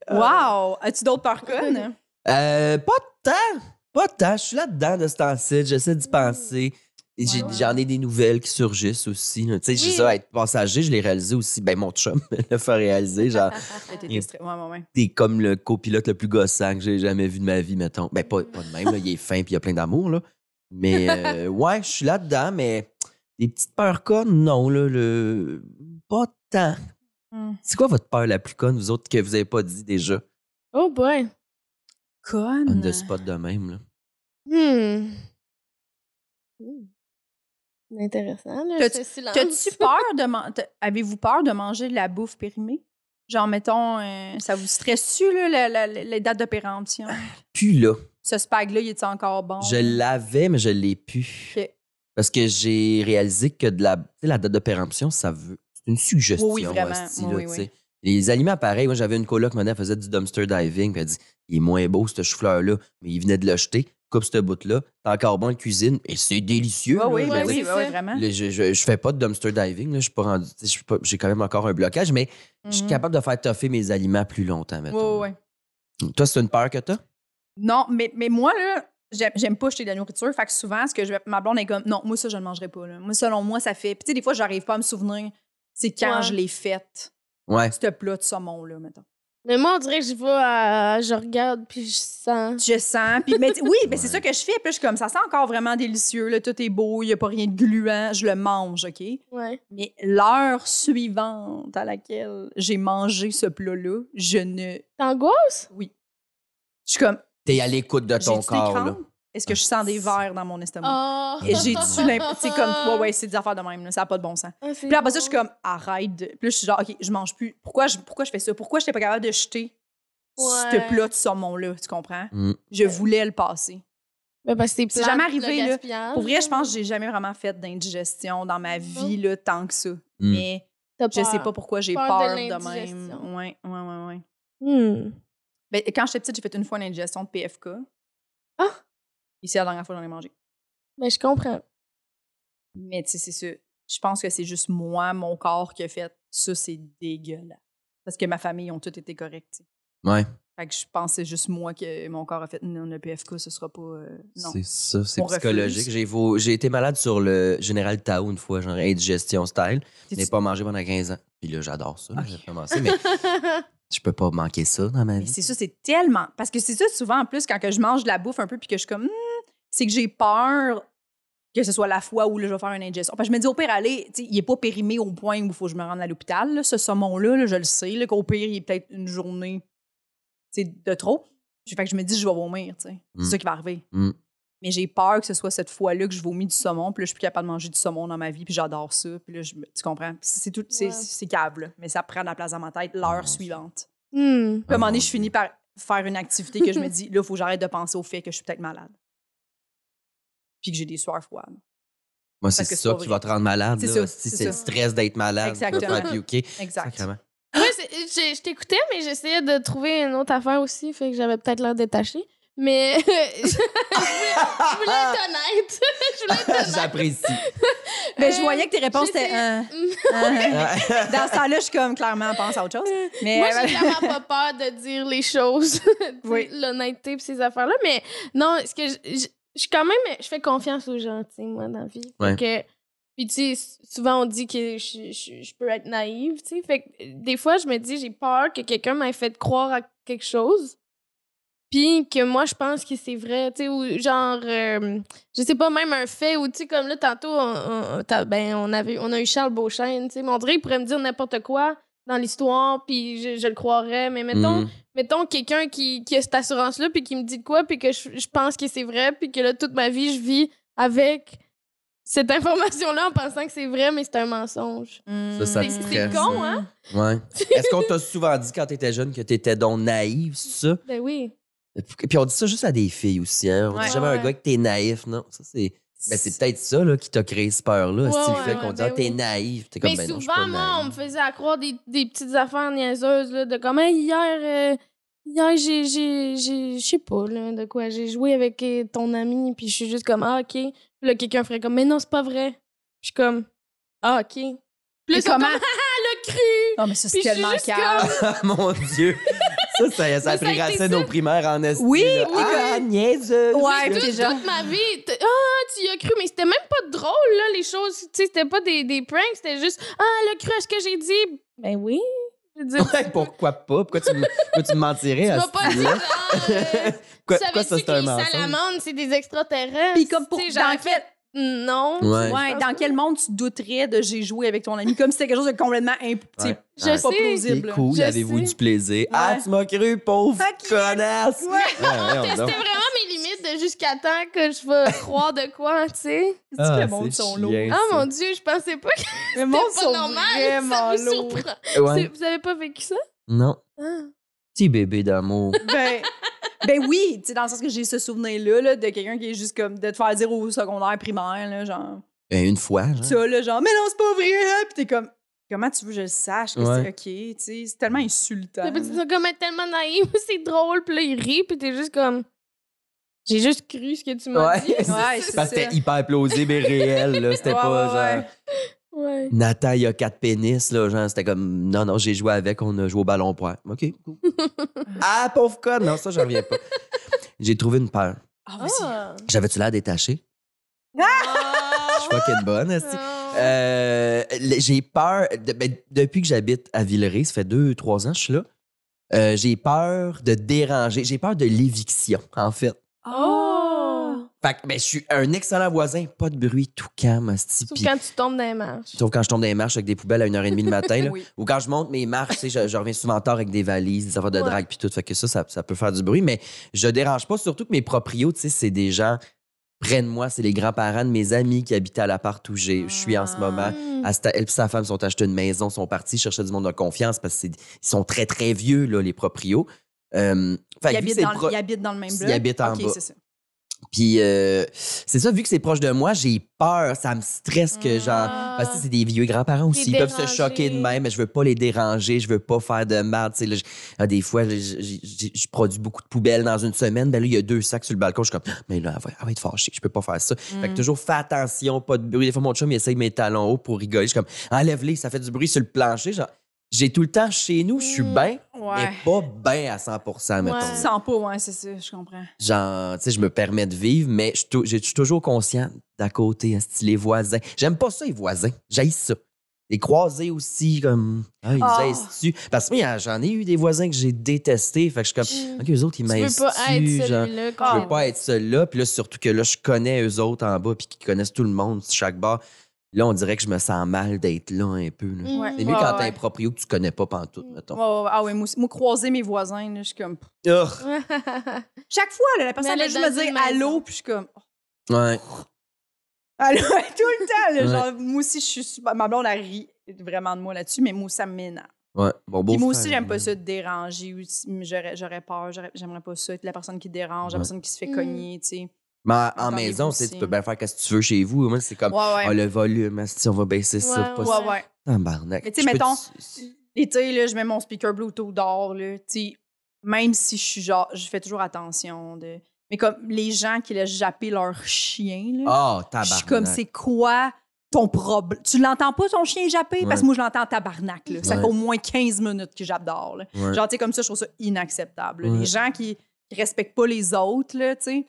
Wow! As-tu d'autres peurs connes? Euh, pas de temps. Pas de temps. Je suis là-dedans de ce temps-ci. J'essaie d'y penser. Et j'ai- Mm. Ouais. J'en ai, des nouvelles qui surgissent aussi. là. Tu sais, j'ai Oui. ça, être passager, je l'ai réalisé aussi. Ben, mon chum me l'a fait réaliser. Genre, T'es Il- distrait. Ah, Ouais, ouais, ouais. t'es comme le copilote le plus gossant que j'ai jamais vu de ma vie, mettons. Ben, pas, pas de même, là. Il est fin puis il y a plein d'amour, là. Mais, euh, ouais, je suis là-dedans, mais des petites peurs connes, non, là. Le... Pas tant. Hmm. C'est quoi votre peur la plus conne, vous autres, que vous avez pas dit déjà? Oh, boy. On Conne? the spot de même, là. Hmm. Hmm. Intéressant, là, T'as-tu- ce silence. T'as-tu peur de... man- t'as- Avez-vous peur de manger de la bouffe périmée? Genre, mettons, euh, ça vous stresse-tu, là, la- la- la- les dates de péremption? Puis là, Ce spag-là, il est encore bon? Je l'avais, mais je l'ai plus. Ok. Parce que j'ai réalisé que de la, tu sais, la date de péremption, ça veut. C'est une suggestion. Oui, oui, vraiment. hostie, Oui, là, oui, tu oui. sais. Les aliments, pareil. Moi, j'avais une coloc, maintenant, elle faisait du dumpster diving. Puis elle dit il est moins beau, ce chou-fleur-là, mais il venait de l'acheter. Coupe ce bout-là. T'es encore bon en cuisine. Et c'est délicieux. Ouais, oui, là. Je ben veux oui, dire, c'est ben oui, ça. vraiment. là, je, je, je fais pas de dumpster diving. là. Je suis pas rendu. tu sais, je suis pas- J'ai quand même encore un blocage, mais je suis Mhm. capable de faire toffer mes aliments plus longtemps, Ouais, mettons. ouais, ouais. Toi, c'est une peur que t'as? Non, mais, mais moi, là, j'aime- j'aime pas jeter de la nourriture. Fait que souvent, ce que je vais- ma blonde est comme, non, moi, ça, je ne mangerai pas. Là. Moi, selon moi, ça fait. Puis, tu sais, des fois, j'arrive pas à me souvenir. C'est quand Ouais. je l'ai faite, Ouais. ce plat de saumon-là, mettons. Mais moi, on dirait que je vais à... Je regarde, puis je sens. Je sens. Puis, mais, tu- oui, mais c'est Ouais. ça que je fais. Puis, là, je suis comme, ça sent encore vraiment délicieux. Là, tout est beau, il n'y a pas rien de gluant. Je le mange, OK? Ouais. Mais l'heure suivante à laquelle j'ai mangé ce plat-là, je ne. T'angoisses? Oui. Je suis comme, T'es à l'écoute de ton j'ai-tu des corps, là. crampes? Est-ce que je sens des verres dans mon estomac? Oh. Et j'ai-tu l'impression. C'est comme. Ouais, ouais, c'est des affaires de même, là, ça n'a pas de bon sens. Ah, Puis là, après ça, je suis comme, arrête. de- Puis là, je suis genre, OK, je mange plus. Pourquoi je, pourquoi je fais ça? Pourquoi je n'étais pas capable de jeter Ouais. ce plat de saumon-là? Tu comprends? Mm. Je voulais le passer. Ben, parce que c'est C'est plate, jamais le arrivé, là. gaspillage. Pour vrai, je pense que j'ai jamais vraiment fait d'indigestion dans ma vie là, tant que ça. Hmm. Mais T'as je peur. sais pas pourquoi j'ai peur, Peur de, de même. l'indigestion. Ouais, ouais, ouais, ouais. Hmm. Ben, quand j'étais petite, j'ai fait une fois une indigestion de PFK. Ah! Puis c'est la dernière fois que j'en ai mangé. Ben, je comprends. Mais tu sais, c'est ça. Je pense que c'est juste moi, mon corps qui a fait ça, c'est dégueulasse. Parce que ma famille, ils ont tous été corrects. tu sais. Ouais, Fait que je pense que c'est juste moi que mon corps a fait non, le PFK, ce sera pas. euh, non. c'est ça, c'est On psychologique. refuse. J'ai vos- j'ai été malade sur le général Tao une fois, genre indigestion style. Je n'ai T'es-tu- pas mangé pendant 15 ans. Puis là, j'adore ça. là, Ok. J'ai commencé, mais je peux pas manquer ça dans ma Mais vie. c'est ça, c'est tellement. Parce que c'est ça, souvent, en plus, quand que je mange de la bouffe un peu, puis que je suis comme. Hmm, c'est que j'ai peur que ce soit la fois où là, je vais faire une ingestion. Parce que je me dis, au pire, allez, tu sais, il est pas périmé au point où il faut que je me rende à l'hôpital. là. Ce saumon-là, là, je le sais, là, qu'au pire, il est peut-être une journée tu sais, de trop. Puis, Fait que je me dis, je vais vomir. tu sais. Mm. C'est ça qui va arriver. Mm. Mais j'ai peur que ce soit cette fois-là que je vomis du saumon, puis là, je suis plus capable de manger du saumon dans ma vie, puis j'adore ça. Puis là, je me- tu comprends? C'est c'est tout, c'est Ouais. c'est cave, là. mais ça prend de la place dans ma tête mon l'heure Dieu. suivante. Hmm. Puis à un moment Ah, mon donné, je Dieu. finis par faire une activité que je me dis, là, il faut que j'arrête de penser au fait que je suis peut-être malade. Puis que j'ai des soirs froides. Moi, c'est parce que c'est ça pas qui vrai. va te rendre malade. C'est ça, là. Si c'est C'est le ça. stress d'être malade. tu vas te faire Exactement. puker. Exact. Sacrément. Moi, c'est- je, je t'écoutais, mais j'essayais de trouver une autre affaire aussi, fait que j'avais peut-être l'air détachée. Mais je, je voulais être honnête. je voulais être honnête. J'apprécie. Mais Ben, je Euh, voyais que tes réponses j'essaie- étaient. hein, hein. Ah, Dans ce temps-là, je suis comme clairement on pense à autre chose. Mais Moi, j'ai vraiment pas peur de dire les choses, tu sais, Oui. l'honnêteté et ces affaires-là. Mais non, ce que je, je, je suis quand même, je fais confiance aux gens, tu sais, moi, dans la vie. Fait Ouais. que- puis tu sais, souvent on dit que je, je, je peux être naïve, tu sais. Fait que euh, des fois, je me dis, j'ai peur que quelqu'un m'ait fait croire à quelque chose. Puis que moi, je pense que c'est vrai, tu sais, ou genre, euh, je sais pas, même un fait, ou tu sais, comme là, tantôt, on, on- t'as- ben, on, avait, on a eu Charles Beauchesne, tu sais, mais on dirait qu'il pourrait me dire n'importe quoi dans l'histoire, puis je, je le croirais, mais mettons, mm. mettons quelqu'un qui, qui a cette assurance-là, puis qui me dit de quoi, puis que je, je pense que c'est vrai, puis que là, toute ma vie, je vis avec cette information-là en pensant que c'est vrai, mais c'est un mensonge. Mm. Ça, ça te C'est- c'est stresse, con, hein? Mm, Ouais. Est-ce qu'on t'a souvent dit quand t'étais jeune que t'étais donc naïve, c'est ça? Ben oui. Puis on dit ça juste à des filles aussi. Hein? On Ouais. dit jamais à un Ouais. gars que t'es naïf, non? Ça, c'est. Ben, c'est peut-être ça là, qui t'a créé cette peur-là. Ouais, c'est le ouais, fait ouais, qu'on dit ben ah, t'es oui. naïf. T'es comme, Mais ben non, je suis souvent, pas moi, on me naïf. faisait accroire des, des petites affaires niaiseuses, là, de comme, Hey, hier, euh, hier, j'ai, j'ai, j'ai, je sais pas, là, de quoi, j'ai joué avec euh, ton ami, puis je suis juste comme, ah, ok. Puis là, quelqu'un ferait comme, mais non, c'est pas vrai. Puis Je suis comme, ah, ok. Puis Et là, ils sont comme, comment- ah, ah, le cru! Non, mais ça, c'est Puis je suis tellement juste calme. Ah, mon Dieu! Ça, ça, ça ça a a pris été racine ça. aux primaires en Estie. Oui, là. oui. Ah, niaiseuse! Ouais, Là, puis Toute, déjà. toute ma vie, t- ah, tu y as cru, mais c'était même pas drôle, là, les choses. Tu sais, c'était pas des, des pranks, c'était juste, ah, le cru, à ce que j'ai dit? Ben oui. Je veux dire, Ouais, pourquoi pas? Pourquoi tu me, pourquoi tu me mentirais tu à vas ce pas dire, là genre, euh, Quoi, tu quoi, ça, savais-tu c'est que un les mensonge? salamandres, c'est des extraterrestres? Puis comme pour. Tu sais, Dans genre, quel, Non. Ouais. ouais, pense dans quel monde tu douterais de j'ai joué avec ton ami? Comme si c'était quelque chose de complètement imp... tu sais, Ouais. Je Ouais. pas sais. C'est plausible. cool, Je avez-vous sais. du plaisir? Ah, tu m'as cru, pauvre Ok. connasse! Ouais. Ouais, ouais, on C'était dort. vraiment mes limites de jusqu'à temps que je vais croire de quoi, tu sais. C'est Ah, que le monde c'est sont lourds. chien, Ah ça. mon Dieu, je pensais pas que c'était Le monde pas normal. Ça vraiment vous lourds. surprend. Ouais. C'est- Vous avez pas vécu ça? Non. Ah. Petit bébé d'amour. Ben, ben oui, tu sais, dans le sens que j'ai ce souvenir-là là, de quelqu'un qui est juste comme de te faire dire au secondaire, primaire, là, genre, Ben, une fois, genre. ça, là, genre, mais non, c'est pas vrai, hein? puis t'es comme, comment tu veux que je le sache, que Ouais. c'est ok, tu sais, c'est tellement insultant. Les petits sont comme tellement naïfs, c'est drôle, puis là, ils rient, puis t'es juste comme. J'ai juste cru ce que tu m'as Ouais. dit. Ouais, c'est Parce que ça. c'était hyper plausible et réel, là. C'était Ouais, pas ouais, genre. Ouais. Nathan, il y a quatre pénis, là. Genre, c'était comme. Non, non, j'ai joué avec, on a joué au ballon point. OK, cool. ah, pauvre con! Non, ça, j'en reviens pas. J'ai trouvé une paire. Ah, vas-y. Ah. J'avais-tu l'air détaché? Je suis fucking bonne, esti. Ah. Euh, le- j'ai peur. de- ben, depuis que j'habite à Villeray, ça fait deux, trois ans, je suis là. euh, j'ai peur de déranger. J'ai peur de l'éviction, en fait. Ah! Ah! Oh! Fait que, ben, je suis un excellent voisin. Pas de bruit, tout calme, esti. Sauf Puis- quand tu tombes dans les marches. Sauf quand je tombe dans les marches avec des poubelles à 1h30 le matin. là. Ben Oui. Ou quand je monte mes marches, tu sais, je, je reviens souvent tard avec des valises, des affaires de Ouais. drague puis tout. Fait que ça, ça, ça peut faire du bruit, mais je dérange pas. Surtout que mes proprios, tu sais, c'est des gens près de moi, c'est les grands-parents de mes amis qui habitent à l'appart où j'ai- je suis en ce Ah. moment. Hmm. À cette- elle et sa femme sont achetés une maison, sont partis chercher du monde de confiance parce qu'ils sont très, très vieux, là, les proprios. Euh, fait Ils que vu que habitent c'est dans, pro- le- ils habitent dans le même Ils bloc. habitent en Ok, bas. c'est ça. Puis euh, c'est ça, vu que c'est proche de moi, j'ai peur, ça me stresse Mmh. que genre Ah. parce que c'est des vieux grands-parents aussi, ils Les peuvent se déranger. choquer de même, mais je veux pas les déranger, je veux pas faire de mal, tu sais là, j- ah, des fois j'ai- j'ai- j'ai- je produis beaucoup de poubelles dans une semaine, ben là il y a deux sacs sur le balcon, je suis comme Ah, mais là elle va, elle va être fâchée, je peux pas faire ça. Fait Mm. que toujours fais attention, pas de bruit. Des fois mon chum il essaye mes talons hauts pour rigoler, je suis comme enlève-les, ça fait du bruit sur le plancher, genre j'ai tout le temps chez nous, je suis Mm. bien, mais Ouais. pas bien à 100 mettons. Ouais. Tu sens pas, ouais, c'est ça, je comprends. Genre, tu sais, je me permets de vivre, mais je suis tou- je suis toujours conscient d'à côté, esti, les voisins. J'aime pas ça, les voisins. J'haïs ça. Les croisés aussi, comme. Ah, ils Ah. haïssent-tu? Parce que moi, j'en ai eu des voisins que j'ai détestés. Fait que je suis Hmm. comme. Ok, eux autres, ils Tu m'haïssent. veux pas être genre, celui-là. Je quand veux pas être celui-là. Puis là, surtout que là, je connais eux autres en bas, puis qu'ils connaissent tout le monde sur chaque bar. Là, on dirait que je me sens mal d'être là un peu. là. même. Ouais. C'est Mm. mieux Ouais, quand ouais. t'es un proprio que tu connais pas pantoute, mettons. Ouais, ouais, ouais. ah ouais, moi, aussi. moi, croiser mes voisins, là, je suis comme. Urgh. Chaque fois, là, la personne Mais va elle est juste me dans une dire maison. allô, puis je suis comme. Ouais. Allô, Ah, tout le temps, là, Ouais. genre, moi aussi, je suis. super- Ma blonde, elle rit vraiment de moi là-dessus, mais moi, ça m'énerve. Ouais. Bon, Puis beau moi frère, aussi, j'aime là. pas ça de déranger. ou si- J'aurais j'aurais peur, j'aurais- j'aimerais pas ça être la personne qui dérange, la Ouais. personne qui se fait Mm. cogner, tu sais. Mais en- en Dans les maison, tu sais, tu aussi. peux bien faire ce que tu veux chez vous. Moi, c'est comme, Ouais, ouais. ah, le volume, asti, on va baisser ça. Ouais, Pas ouais. ça. ouais, ouais. Tabarnak. Mais tu sais, Je peux mettons, L'été, là, je mets mon speaker Bluetooth dehors, là, tu sais, même si je suis genre, je fais toujours attention de... Mais comme les gens qui laissent japper leur chien, là, Ah, je tabarnak. suis comme, c'est quoi ton problème? Tu l'entends pas, ton chien japper? Parce que moi, je l'entends en tabarnak, là. Ça Ouais. fait au moins 15 minutes qu'il jappe dehors, là. Ouais. Genre, tu sais, comme ça, je trouve ça inacceptable. là. Ouais. Les gens qui, qui respectent pas les autres, là, tu sais.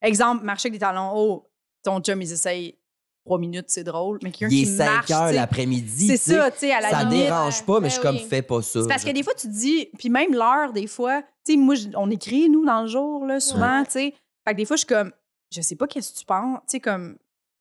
Exemple, marcher avec des talons hauts, ton chum, ils essayent trois minutes, c'est drôle. Mais quelqu'un Il est qui 5 marche, heures tu sais, l'après-midi. c'est tu sais, ça, tu sais, à la Ça limite. Ben dérange pas, mais je suis Ouais, comme, oui. fais pas ça. C'est parce que genre. des fois, tu te dis, puis même l'heure, des fois, tu sais, moi, je- on écrit, nous, dans le jour, là, souvent, tu sais. Fait que des fois, je suis comme, je sais pas qu'est-ce que tu penses, tu sais, comme,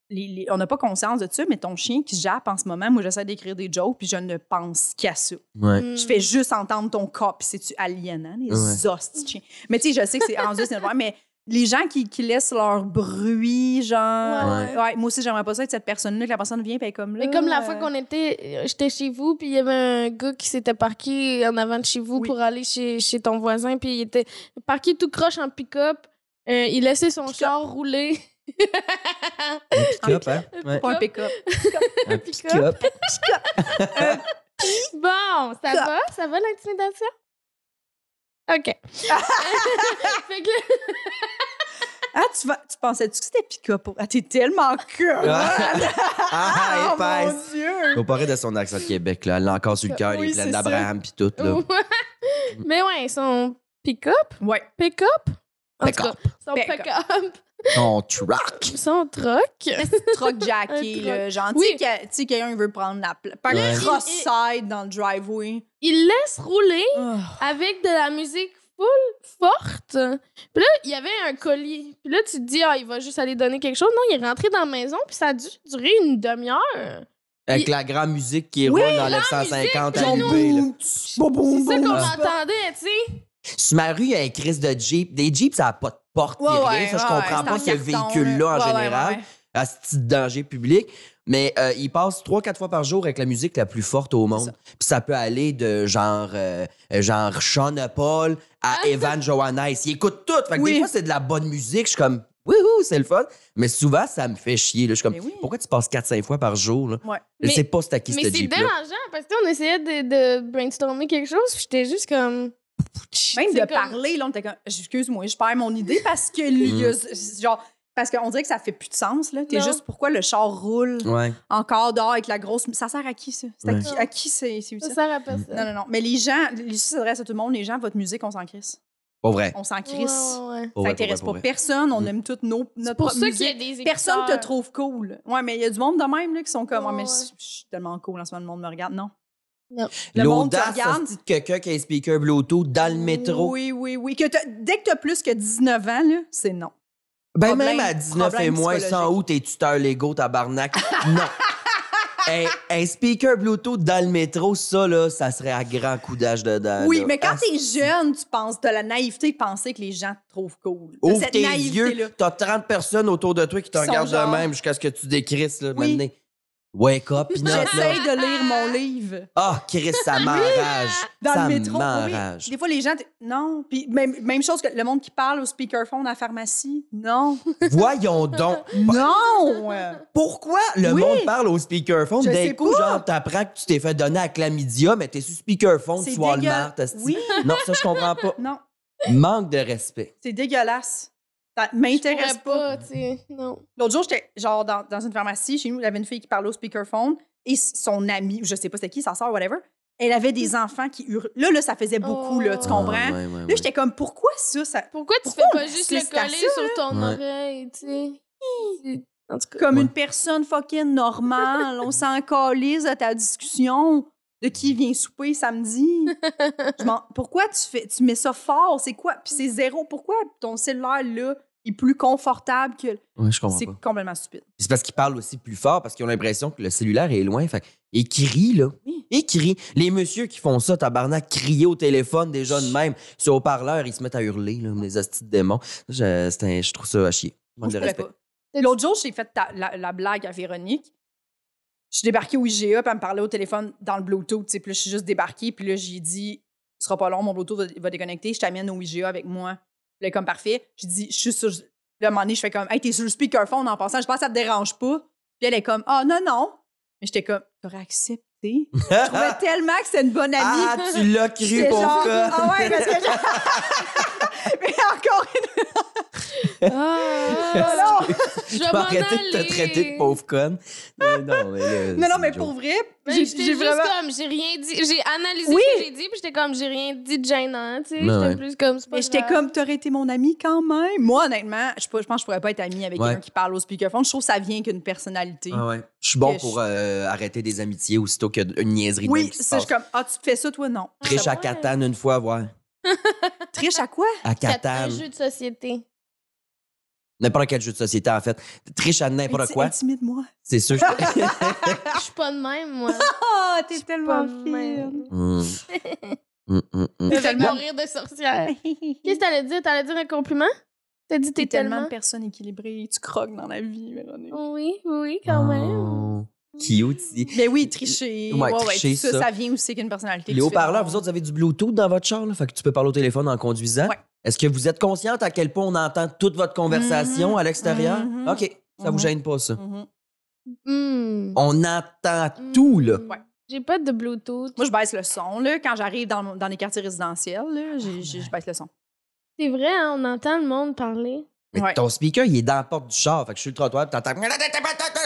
les- les- on n'a pas conscience de ça, mais ton chien qui jappe en ce moment, moi, j'essaie d'écrire des jokes, puis je ne pense qu'à ça. Ouais. Mm. Je fais juste entendre ton corps, puis c'est-tu aliénant, les Ouais. hosties de chiens. Mais tu sais, je sais que c'est en deux, c'est une affaire, mais les gens qui, qui laissent leur bruit, genre. Ouais. Ouais. moi aussi, j'aimerais pas ça être cette personne-là, que la personne vient, puis elle est comme là. Mais comme la fois euh, qu'on était, euh, j'étais chez vous, puis il y avait un gars qui s'était parqué en avant de chez vous Oui. pour aller chez, chez ton voisin, puis il était parqué tout croche en pick-up. Euh, il laissait son char rouler. Un pick-up, hein? Ouais. Pas un pick-up. Un pick-up. pick-up. Bon, ça Ça- va? Ça va l'intimidation? OK. fait que là, Ah, tu, vas- tu pensais-tu que c'était pick-up? Ah, t'es tellement cœur! Ah, Oh épaisse. mon Dieu! Faut parler de son accent de Québec, là. Elle l'a encore sur le cœur, les Oui, plaines c'est ça. d'Abraham, puis tout, là. Mais ouais, son pick-up? Ouais. Pick-up? En tout Pick-up. cas, Son Pick-up. pick-up. Son truck. Son truck. Truck jacké, Un là. Genre, Oui. tu sais que- tu sais, quelqu'un veut prendre la place. Par Ouais. cross-side dans le driveway. Il laisse rouler Oh. avec de la musique full forte. Puis là, il y avait un colis. Puis là, tu te dis, ah, il va juste aller donner quelque chose. Non, il est rentré dans la maison, puis ça a dû durer une demi-heure. Avec Il- la grande musique qui roule Oui, dans le 150 à l'UB, là. Boum, C'est boum, ça qu'on boum. bah. entendait, tu sais. Sur ma rue, il y a un crise de Jeep. Des Jeeps, ça n'a pas de porte, ni Ouais, rien. ouais, ça, je ouais, comprends pas c'est ce en carton, véhicule-là, en Ouais, ouais, général, ouais. à ce petit danger public. Mais euh, il passe trois, quatre fois par jour avec la musique la plus forte au monde. ça. Puis ça peut aller de genre, euh, genre Sean Paul à Evan Johannes. Il écoute tout. Fait que des Ah, Oui. fois, c'est de la bonne musique. Je suis comme, wouhou, c'est le fun. Mais souvent, ça me fait chier. là. Je suis comme, Mais oui. pourquoi tu passes quatre, cinq fois par jour? Là? Ouais. Je Mais- sais pas c'est à qui Mais ce c'est Jeep-là. dérangeant parce qu'on essayait de, de brainstormer quelque chose, puis j'étais juste comme. Même de C'est comme- parler, là, on était comme, excuse-moi, je perds mon idée parce que lui, Mm. il y a- genre, parce qu'on dirait que ça fait plus de sens, là. T'es Non. juste pourquoi le char roule Ouais. encore dehors avec la grosse. Ça sert à qui, ça? C'est à Mm. Ouais. qui, à qui c'est c'est Ça utile? sert à personne. Non, non, non. Mais les gens, les ça s'adresse à tout le monde. Les gens, votre musique, on s'en crisse. Pas vrai. On s'en Ouais, crisse. ouais, ouais. Pas ça vrai, pas intéresse pas vrai, pas vrai. personne. On Mm. aime toutes nos, notre C'est pour propre ça qu'il y musique. a des Personne te écouteurs. trouve cool. Ouais, mais il y a du monde de même là, qui sont comme, Ouais, Ah, mais ouais. je je suis tellement cool en ce moment, le monde me regarde. Non. Le monde te L'audace, regarde. c'est de quelqu'un qui a un speaker Bluetooth dans le métro. Oui, oui, oui. Que t'as- dès que tu as plus que 19 ans, là, c'est non. Ben, Problème- même à 19 et problème moins, sans psychologique. où tes tuteurs légaux, tabarnak. non. Un, un speaker Bluetooth dans le métro, ça, là, ça serait à grand coudage dedans. oui, là. mais quand Ah, t'es jeune, tu penses, t'as la naïveté de penser que les gens te trouvent cool. T'as Ouvre cette tes yeux, naïveté-là. t'as 30 personnes autour de toi qui te Qui sont regardent de genre- même jusqu'à ce que tu décrisses, là, Oui. maintenant. Wake up, Pinot. J'essaie de lire mon livre. Ah, Chris, ça m'enrage. Dans ça le métro, oui. m'enrage. Des fois, les gens. t- Non. Puis même, même chose que le monde qui parle au speakerphone à la pharmacie. Non. Voyons donc. non! Pourquoi le Oui. monde parle au speakerphone? Je D'un sais coup, pas. genre, t'apprends que tu t'es fait donner à chlamydia, mais t'es sur speakerphone, C'est tu vois le dégueu- marre, t'as- Oui. Non, ça, je comprends pas. Non. Manque de respect. C'est dégueulasse. Ça Je pourrais m'intéresse pas. pas, tu sais. Non. L'autre jour, j'étais genre dans, dans une pharmacie chez nous, il y avait une fille qui parlait au speakerphone et s- son amie, ou je sais pas c'était qui, sa soeur, whatever, elle avait des enfants qui hurlaient. Là, là, ça faisait beaucoup, là, tu Oh. comprends? Ah, ouais, ouais, Là, ouais. j'étais comme, pourquoi ça? ça... Pourquoi tu Pourquoi fais on pas juste le assiste à coller ça, sur ton Ouais. oreille, tu sais? C'est- En tout cas, Comme Ouais. une personne fucking normale, on s'en calise à ta discussion de qui vient souper samedi. Je m'en- pourquoi tu, fais, tu mets ça fort? C'est quoi? Puis c'est zéro. Pourquoi ton cellulaire, là, est plus confortable que... Ouais, je comprends C'est pas. complètement stupide. C'est parce qu'ils parlent aussi plus fort, parce qu'ils ont l'impression que le cellulaire est loin. Fait et qui rient, là. Oui. Et qui rient. Les messieurs qui font ça, tabarnak, crier au téléphone déjà de même. Sur haut-parleur, ils se mettent à hurler, là, comme des hosties de démons. Je, c'est un- je trouve ça à chier. Manque Moi, je de pourrais respect. pas. L'autre jour, j'ai fait ta- la, la blague à Véronique. Je suis débarquée au IGA, puis elle me parlait au téléphone dans le Bluetooth. tu sais. Puis là, je suis juste débarquée, puis là, j'ai dit Ce sera pas long, mon Bluetooth va, va déconnecter, je t'amène au IGA avec moi. Puis Là, comme parfait, je dis Je suis sur. Là, à un moment donné, je fais comme Hey, t'es sur le speakerphone en passant, je pense que ça te dérange pas. Puis elle est comme Ah, non, non. Mais j'étais comme T'aurais accepté. Je trouvais tellement que c'est une bonne amie. ah, tu l'as cru J'étais pour genre, ça. Ah ouais, parce que. Mais encore une fois, Ah, non. je Je vais peux m'en arrêter de aller. te traiter de pauvre conne. Mais non, mais là, Non, non, c'est mais une joke. pour vrai, Mais j'ai j'étais j'ai juste vraiment. comme, j'ai rien dit. J'ai analysé Oui. ce que j'ai dit, puis j'étais comme, j'ai rien dit de gênant, tu sais. Ben J'étais ouais. plus comme, c'est pas Mais j'étais grave. comme, t'aurais été mon ami quand même. Moi, honnêtement, je, sais pas- je pense que je pourrais pas être amie avec Ouais. quelqu'un qui parle au speakerphone. Je trouve que ça vient qu'une personnalité. Ah ouais. Je suis bon Que pour euh, arrêter des amitiés aussitôt qu'il y a une niaiserie de Oui, même qui se ça, je passe. suis comme, ah, tu fais ça, toi, non. Triche à Ouais. Catane une fois, voir. Triche à quoi? À Quatre- Un Catane. jeu de société. N'importe quel jeu de société, en fait. Triche à n'importe Inti- quoi. Intimide-moi. C'est sûr. Je suis pas de même, moi. Ah, t'es pas tellement de même. Mm. Mm, mm, mm. Avec tellement- mon rire de sorcière. fine. Qu'est-ce que t'allais dire? T'allais dire un compliment? T'as dit t'es T'es tellement tellement... une personne équilibrée. Tu croques dans la vie, Véronique. Oui, oui, quand même. Oh, Cute. si. Mais Ben oui, tricher. Ouais, tricher, tout ça, ça. ça, vient aussi qu'une personnalité. Les haut-parleurs, vous autres, vous avez du Bluetooth dans votre char, là, fait que tu peux parler au téléphone en conduisant. Ouais. Est-ce que vous êtes consciente à quel point on entend toute votre conversation à l'extérieur? Mhm. OK, ça vous Mhm. gêne pas, ça. Mhm. Hmm. On entend tout, là. Hmm. Ouais. J'ai pas de Bluetooth. Moi, je baisse le son. Là, quand j'arrive dans, mon- dans les quartiers résidentiels, là, Ah, j'ai- j'ai- je baisse le son. C'est vrai, hein, on entend le monde parler. Mais Ouais. ton speaker, il est dans la porte du char. Fait que je suis le trottoir, puis t'entends.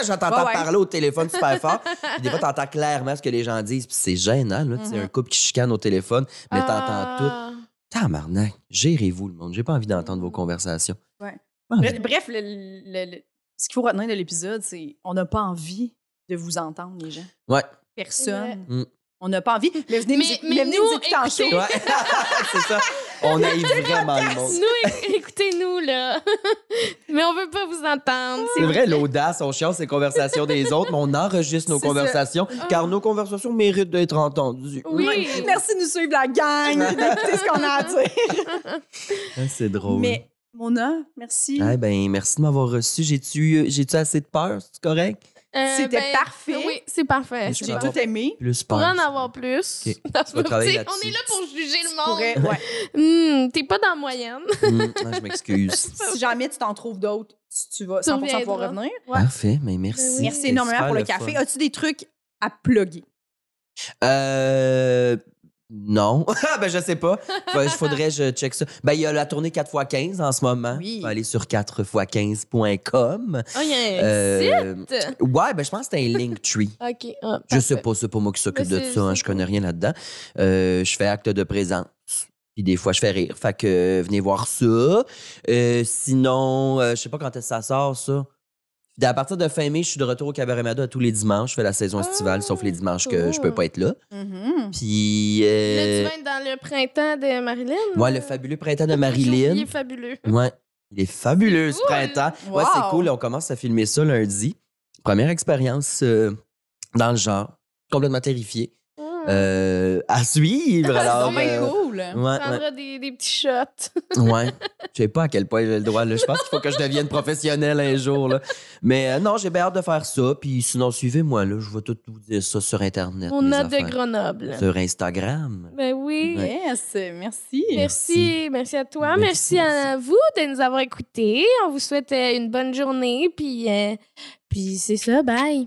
J'entends Ouais, ouais. parler au téléphone super fort. Puis des fois, t'entends clairement ce que les gens disent. Puis c'est gênant, là. C'est Mhm. un couple qui chicane au téléphone, mais t'entends tout. Ah. Tabarnak, gérez-vous, le monde. J'ai pas envie d'entendre vos conversations. Ouais. Pas envie. Bref, bref, le- le- le- ce qu'il faut retenir de l'épisode, c'est on n'a pas envie de vous entendre, les gens. Ouais. Personne. Ouais. Mm. On n'a pas envie. Mais venez Mais- nous, éc- mais mais venez nous, nous écouter en show. écoutez- Ouais. c'est ça. On aille vraiment le monde. Nous, éc- écoutez-nous, là. Mais on veut pas vous entendre. C'est vrai, l'audace, on chiant ces conversations des autres, mais on enregistre nos C'est ça. Ah. conversations, car nos conversations méritent d'être entendues. Oui. Merci de nous suivre, la gang, et d'écouter ce qu'on a à dire. Ah, c'est drôle. Mais Mona, merci. Eh ben, merci de m'avoir reçu. J'ai-tu j'ai-tu assez de peur? C'est correct? Euh, C'était ben, parfait. Oui, c'est parfait. Mais C'est je J'ai vais parfait. tout aimé. Plus peur. Pour en avoir plus. Ok. Non, vas travailler tu sais, on là-dessus. est là pour juger le Pour monde. elle, ouais. Hmm, T'es pas dans la moyenne. Hum, ah, je m'excuse. si jamais tu t'en trouves d'autres, tu- tu vas Tu 100% pouvoir reviendras. revenir. Ouais. Parfait, mais merci. Oui. Ben Merci C'était énormément super pour le café. fun. As-tu des trucs à plugger? Euh. Non. ben, je sais pas. Il faudrait que je check ça. Ben, il y a la tournée 4x15 en ce moment. Oui. Faut aller sur 4x15.com. Oh, il y a un Euh, site. ouais, ben, je pense que c'est un Linktree. OK. ah, Je sais parfait. pas, c'est pas moi qui s'occupe Mais de c'est- ça, hein, c'est je cool. connais rien là-dedans. Euh, je fais acte de présence. Puis des fois, je fais rire. Fait que euh, venez voir ça. Euh, sinon, euh, je sais pas quand est-ce que ça sort, ça. À partir de fin mai, je suis de retour au Cabaret Mado à tous les dimanches. Je fais la saison estivale, Ah, sauf les dimanches que je peux cool. pas être là. Mhm. Mm-hmm. Puis, Là, euh, tu vas être dans le printemps de Marilyn. ouais, le fabuleux printemps de Il Marilyn. est fabuleux. Ouais, il est fabuleux ce cool. printemps. Ouais, Wow. c'est cool. On commence à filmer ça lundi. Première expérience euh, dans le genre. Complètement terrifié. Euh, à suivre, alors. C'est bien euh, cool. ouais, prendra des, des petits shots. ouais, ouais. Je sais pas à quel point j'ai le droit. là. Je pense qu'il faut que je devienne professionnel un jour. là. Mais euh, non, j'ai bien hâte de faire ça. Puis sinon, suivez-moi. là. Je vais tout vous dire ça sur Internet. On mes a de affaires. Grenoble. Sur Instagram. Ben oui. Ouais. Yes, merci. Merci, merci à toi, Merci, merci, à vous de nous avoir écoutés. On vous souhaite euh, une bonne journée, puis, euh, puis c'est ça, bye.